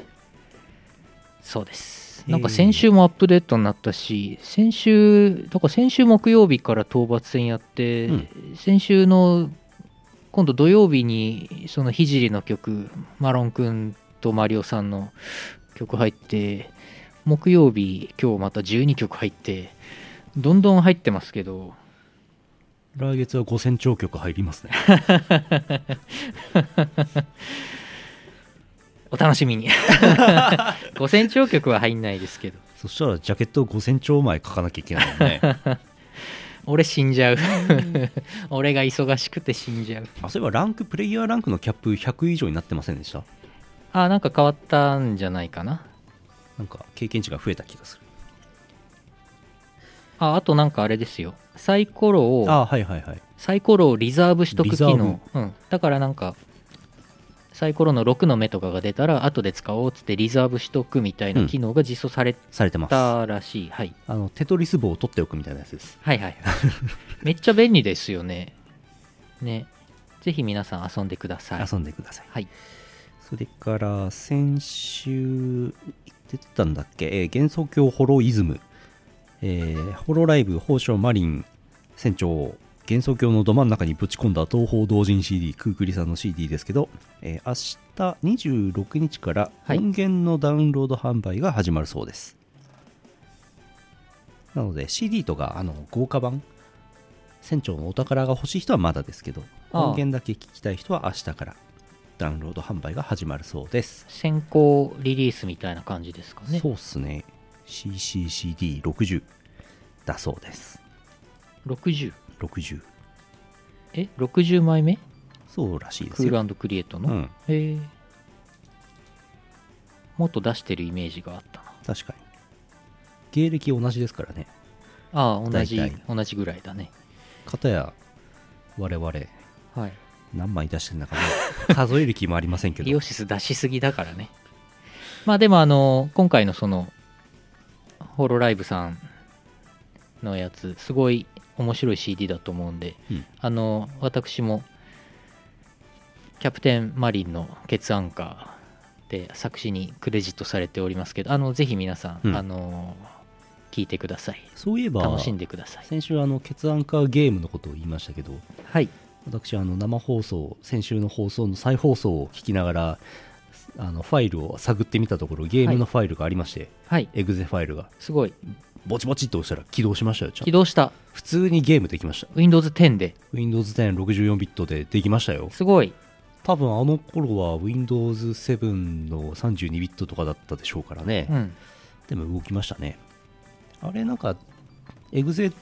S1: そうです。
S2: えー
S1: なんか先週もアップデートになったし、先週、だから先週木曜日から討伐戦やって、
S2: うん
S1: 先週の今度土曜日に、その聖の曲、マロンくんとマリオさんの曲入って、木曜日、今日また12曲入って、どんどん入ってますけど、
S2: 来月は5000兆曲入
S1: *laughs*
S2: りますね
S1: お楽しみ *laughs* に。5000兆曲は入んないですけど、
S2: そしたらジャケットを5000兆枚書かなきゃいけないもんね
S1: *laughs* 俺死んじゃう。 *laughs* 俺が忙しくて死んじゃう。
S2: あそういえばランクプレイヤーランクのキャップ100以上になってませんでした
S1: あなんか変わったんじゃないかな
S2: なんか経験値が増えた気がする
S1: ああとなんかあれですよサイコロを
S2: あはいはいはい
S1: サイコロをリザーブしとく
S2: リ
S1: 機
S2: ザーブ
S1: 能、うん、だからなんかサイコロの6の目とかが出たら後で使おうっつってリザーブしとくみたいな機能が実装され
S2: されてます
S1: た
S2: あ
S1: らしい、はい、
S2: のテトリス棒を取っておくみたいなやつです
S1: はいはいはい
S2: *laughs*
S1: めっちゃ便利ですよねねぜひ皆さん遊んでください
S2: 遊んでください
S1: はい
S2: それから先週言ってたんだっけ、えー幻想郷ホロイズム、えーホロライブ宝生マリン船長幻想郷のど真ん中にぶち込んだ東方同人 CD クークリさんの CD ですけど、えー明日26日から
S1: はい
S2: 音源のダウンロード販売が始まるそうです、なので CD とかあの豪華版船長のお宝が欲しい人はまだですけど
S1: ああ
S2: 音源だけ聞きたい人は明日からダウンロード販売が始まるそうです、
S1: 先行リリースみたいな感じですかね
S2: そうっすね CCCD60 だそうです
S1: 60
S2: 60
S1: え60枚目
S2: そうらしいで
S1: ク
S2: す
S1: ー
S2: よ
S1: ルクリエイト
S2: う
S1: の、
S2: ん
S1: へえもっと出してるイメージがあったな
S2: 確かに芸歴同じですからね
S1: ああ同じ
S2: 大体
S1: 同じぐらいだね
S2: 片や我々
S1: はい
S2: 何枚出してんだかも
S1: *laughs*
S2: う数える気もありませんけ
S1: イオ
S2: ど
S1: シス出しすぎだからねまあでもあの今回のそのホロライブさんのやつすごい面白い CD だと思うんで、
S2: うん
S1: あの私もキャプテンマリンのケツアンカーで作詞にクレジットされておりますけどあのぜひ皆さん、
S2: うん
S1: あの聞いてください
S2: そういえば
S1: 楽しんでください
S2: 先週あのケツアンカーゲームのことを言いましたけど
S1: はい
S2: 私あの生放送先週の放送の再放送を聞きながらあのファイルを探ってみたところゲームのファイルがありまして、
S1: はい
S2: エグゼファイルが
S1: すごい
S2: ぼちぼちっと押したら起動しましたよちゃん
S1: 起
S2: と
S1: 動した
S2: 普通にゲームできました
S1: Windows 10で
S2: Windows 1064ビットでできましたよ
S1: すごい
S2: 多分あの頃は Windows 7の32ビットとかだったでしょうからね、
S1: うん
S2: でも動きましたねあれなんかエグゼ
S1: は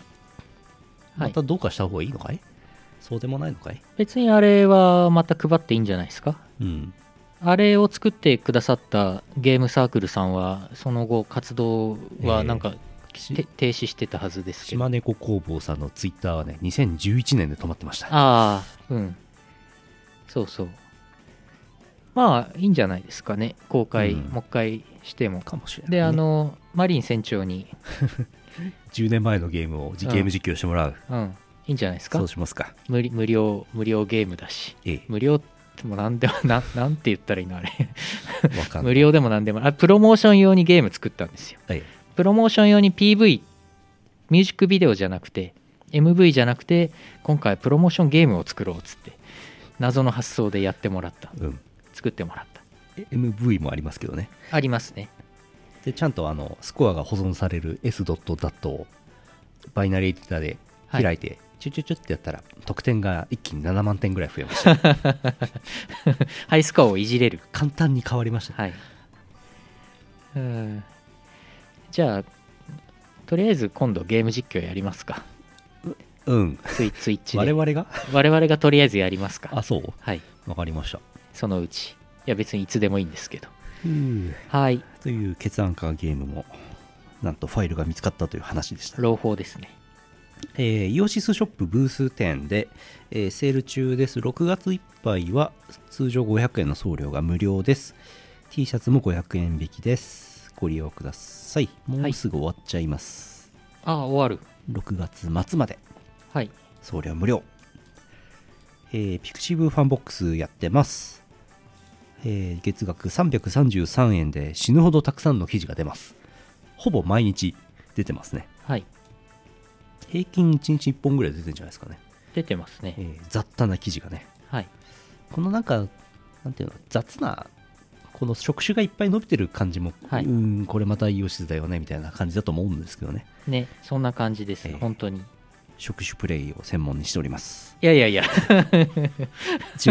S2: ま
S1: い
S2: たどうかした方がいいのかい、そうでもないのかい
S1: 別にあれはまた配っていいんじゃないですか
S2: うん
S1: あれを作ってくださったゲームサークルさんはその後活動はなんかて停止してたはずですけど
S2: 島猫工房さんのツイッターはね2011年で止まってました
S1: ああうんそうそうまあいいんじゃないですかね公開、
S2: うん
S1: もう一回しても
S2: かもしれないね、
S1: であのマリン船長に
S2: 10年前のゲームをじ
S1: うん
S2: ゲーム実況してもらう、
S1: うんいいんじゃないです
S2: そ
S1: か
S2: うしますか
S1: 無理無料無料ゲームだし
S2: え
S1: 無料でもなんでもな *laughs* なんて言ったらいいのあれ
S2: えわかんな
S1: 無
S2: い
S1: 料でもなんでもあプロモーション用にゲーム作ったんですよ
S2: はい
S1: プロモーション用に PV ミュージックビデオじゃなくて MV じゃなくて今回プロモーションゲームを作ろうっつって謎の発想でやってもらった
S2: うん
S1: 作ってもらった
S2: え MV もありますけどね
S1: ありますね
S2: でちゃんとあのスコアが保存される S.DAT をバイナリーデータで開いて、チュチュチュってやったら得点が一気に7万点ぐらい増えました
S1: ハイスコアをいじれる
S2: *laughs* 簡単に変わりました、
S1: はいうんじゃあとりあえず今度ゲーム実況やりますか
S2: うん
S1: ツイツイッチ
S2: 我
S1: で
S2: 々が
S1: 我々がとりあえずやります
S2: あ
S1: か
S2: そう
S1: はい
S2: わかりました
S1: そのうちいや別にいつでもいいんですけどはい
S2: という決案化ゲームもなんとファイルが見つかったという話でした
S1: 朗報ですね
S2: えーイオシスショップブース店で、えーセール中です6月いっぱいは通常500円の送料が無料です T シャツも500円引きですご利用くださいも
S1: は
S2: う
S1: い
S2: すぐ終わっちゃいます、
S1: ああ終わる
S2: 6月末まで
S1: はい
S2: 送料無料、えーピクシブファンボックスやってます、えー月額333円で死ぬほどたくさんの記事が出ますほぼ毎日出てますね
S1: はい
S2: 平均1日1本ぐらい出てるんじゃないですかね
S1: 出てます
S2: え
S1: ね
S2: ー雑多な記事がね
S1: はい
S2: このなんかなんていうの雑なこの触手がいっぱい伸びてる感じも、
S1: はいう
S2: ーんこれまたイオシスだよねみたいな感じだと思うんですけどね
S1: ねそんな感じです、
S2: ええ
S1: 本当にい
S2: 触手プレイを専門にしております
S1: *laughs* やいやいや
S2: 違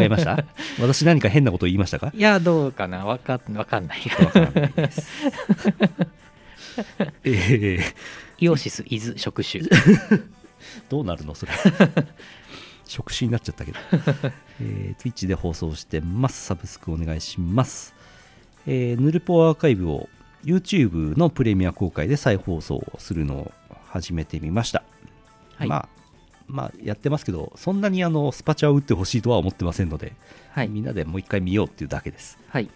S2: いました私何か変なこと言いました
S1: *laughs*
S2: か
S1: いやどうかなわかんわかんない
S2: わからないですえー
S1: *laughs* イオシス伊豆職種
S2: どうなるの
S1: *laughs*
S2: それ触手になっちゃったけど、 *laughs* えー、Twitch で放送してますサブスクお願いします、えーヌルポアーカイブを YouTube のプレミア公開で再放送をするのを始めてみました、
S1: はい、
S2: まあまあやってますけどそんなにあのスパチャを打ってほしいとは思ってませんので、
S1: *laughs* はい
S2: みんなでもう一回見ようっていうだけです
S1: はい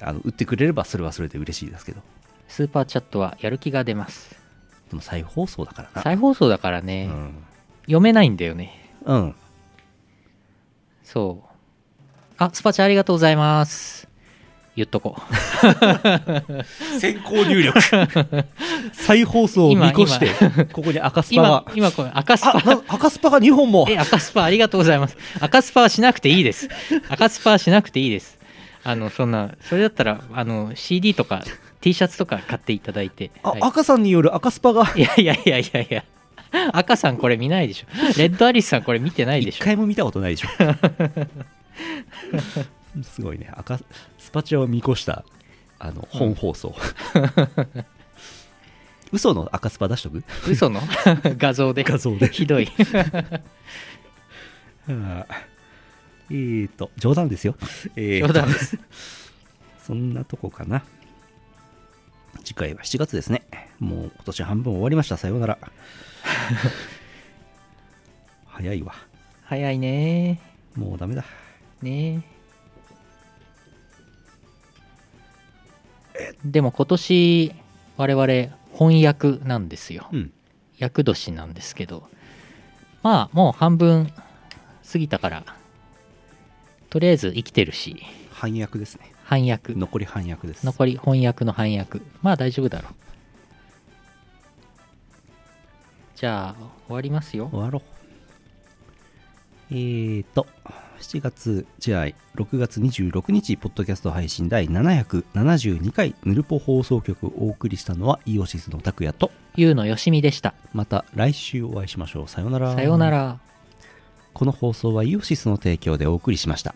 S2: あの打ってくれればそれはそれで嬉しいですけど
S1: スーパーチャットはやる気が出ます
S2: でも再放送だからな
S1: 再放送だから
S2: う
S1: ね、
S2: ん、
S1: 読めないんだよね
S2: うん、
S1: そうあスパチャありがとうございます言っとこう
S2: 先行入力 *laughs* 再放送を見越してここに赤スパ
S1: 今
S2: が
S1: 今これ赤ス
S2: あ
S1: パ
S2: な赤スパが2本も
S1: え赤スパありがとうございます赤スパはしなくていいです赤スパはしなくていいですあのそんなそれだったらあの CD とか T シャツとか買っていただいて
S2: あ、
S1: はい
S2: 赤さんによる赤スパが
S1: いやいやいやいやいや赤さんこれ見ないでしょレッドアリスさんこれ見てないで
S2: 一
S1: しょ
S2: 回も見たことないでしょ *laughs* すごいね赤スパチャを見越したあの本
S1: *laughs*
S2: 放送、嘘の赤スパ出しとく
S1: 嘘
S2: *laughs*
S1: の画像で
S2: 画像で
S1: ひどい
S2: はあえーと冗談ですよ、えーと
S1: 冗談です
S2: そんなとこかな次回は7月ですねもう今年半分終わりましたさようなら *laughs* 早いわ
S1: 早いね
S2: もうダメだ
S1: ねでも今年我々翻訳なんですよ
S2: うん
S1: 厄年なんですけどまあもう半分過ぎたからとりあえず生きてるし
S2: 反訳ですね
S1: 翻訳
S2: 残り反訳です
S1: 残り翻訳の翻訳まあ大丈夫だろうじゃあ終わりますよ
S2: 終わろうえーと7月じゃあ6月26日ポッドキャスト配信第772回ヌルポ放送局をお送りしたのはイオシスの拓也と
S1: ゆうのよしみでした
S2: また来週お会いしましょうさようなら
S1: さようなら
S2: この放送はイオシスの提供でお送りしました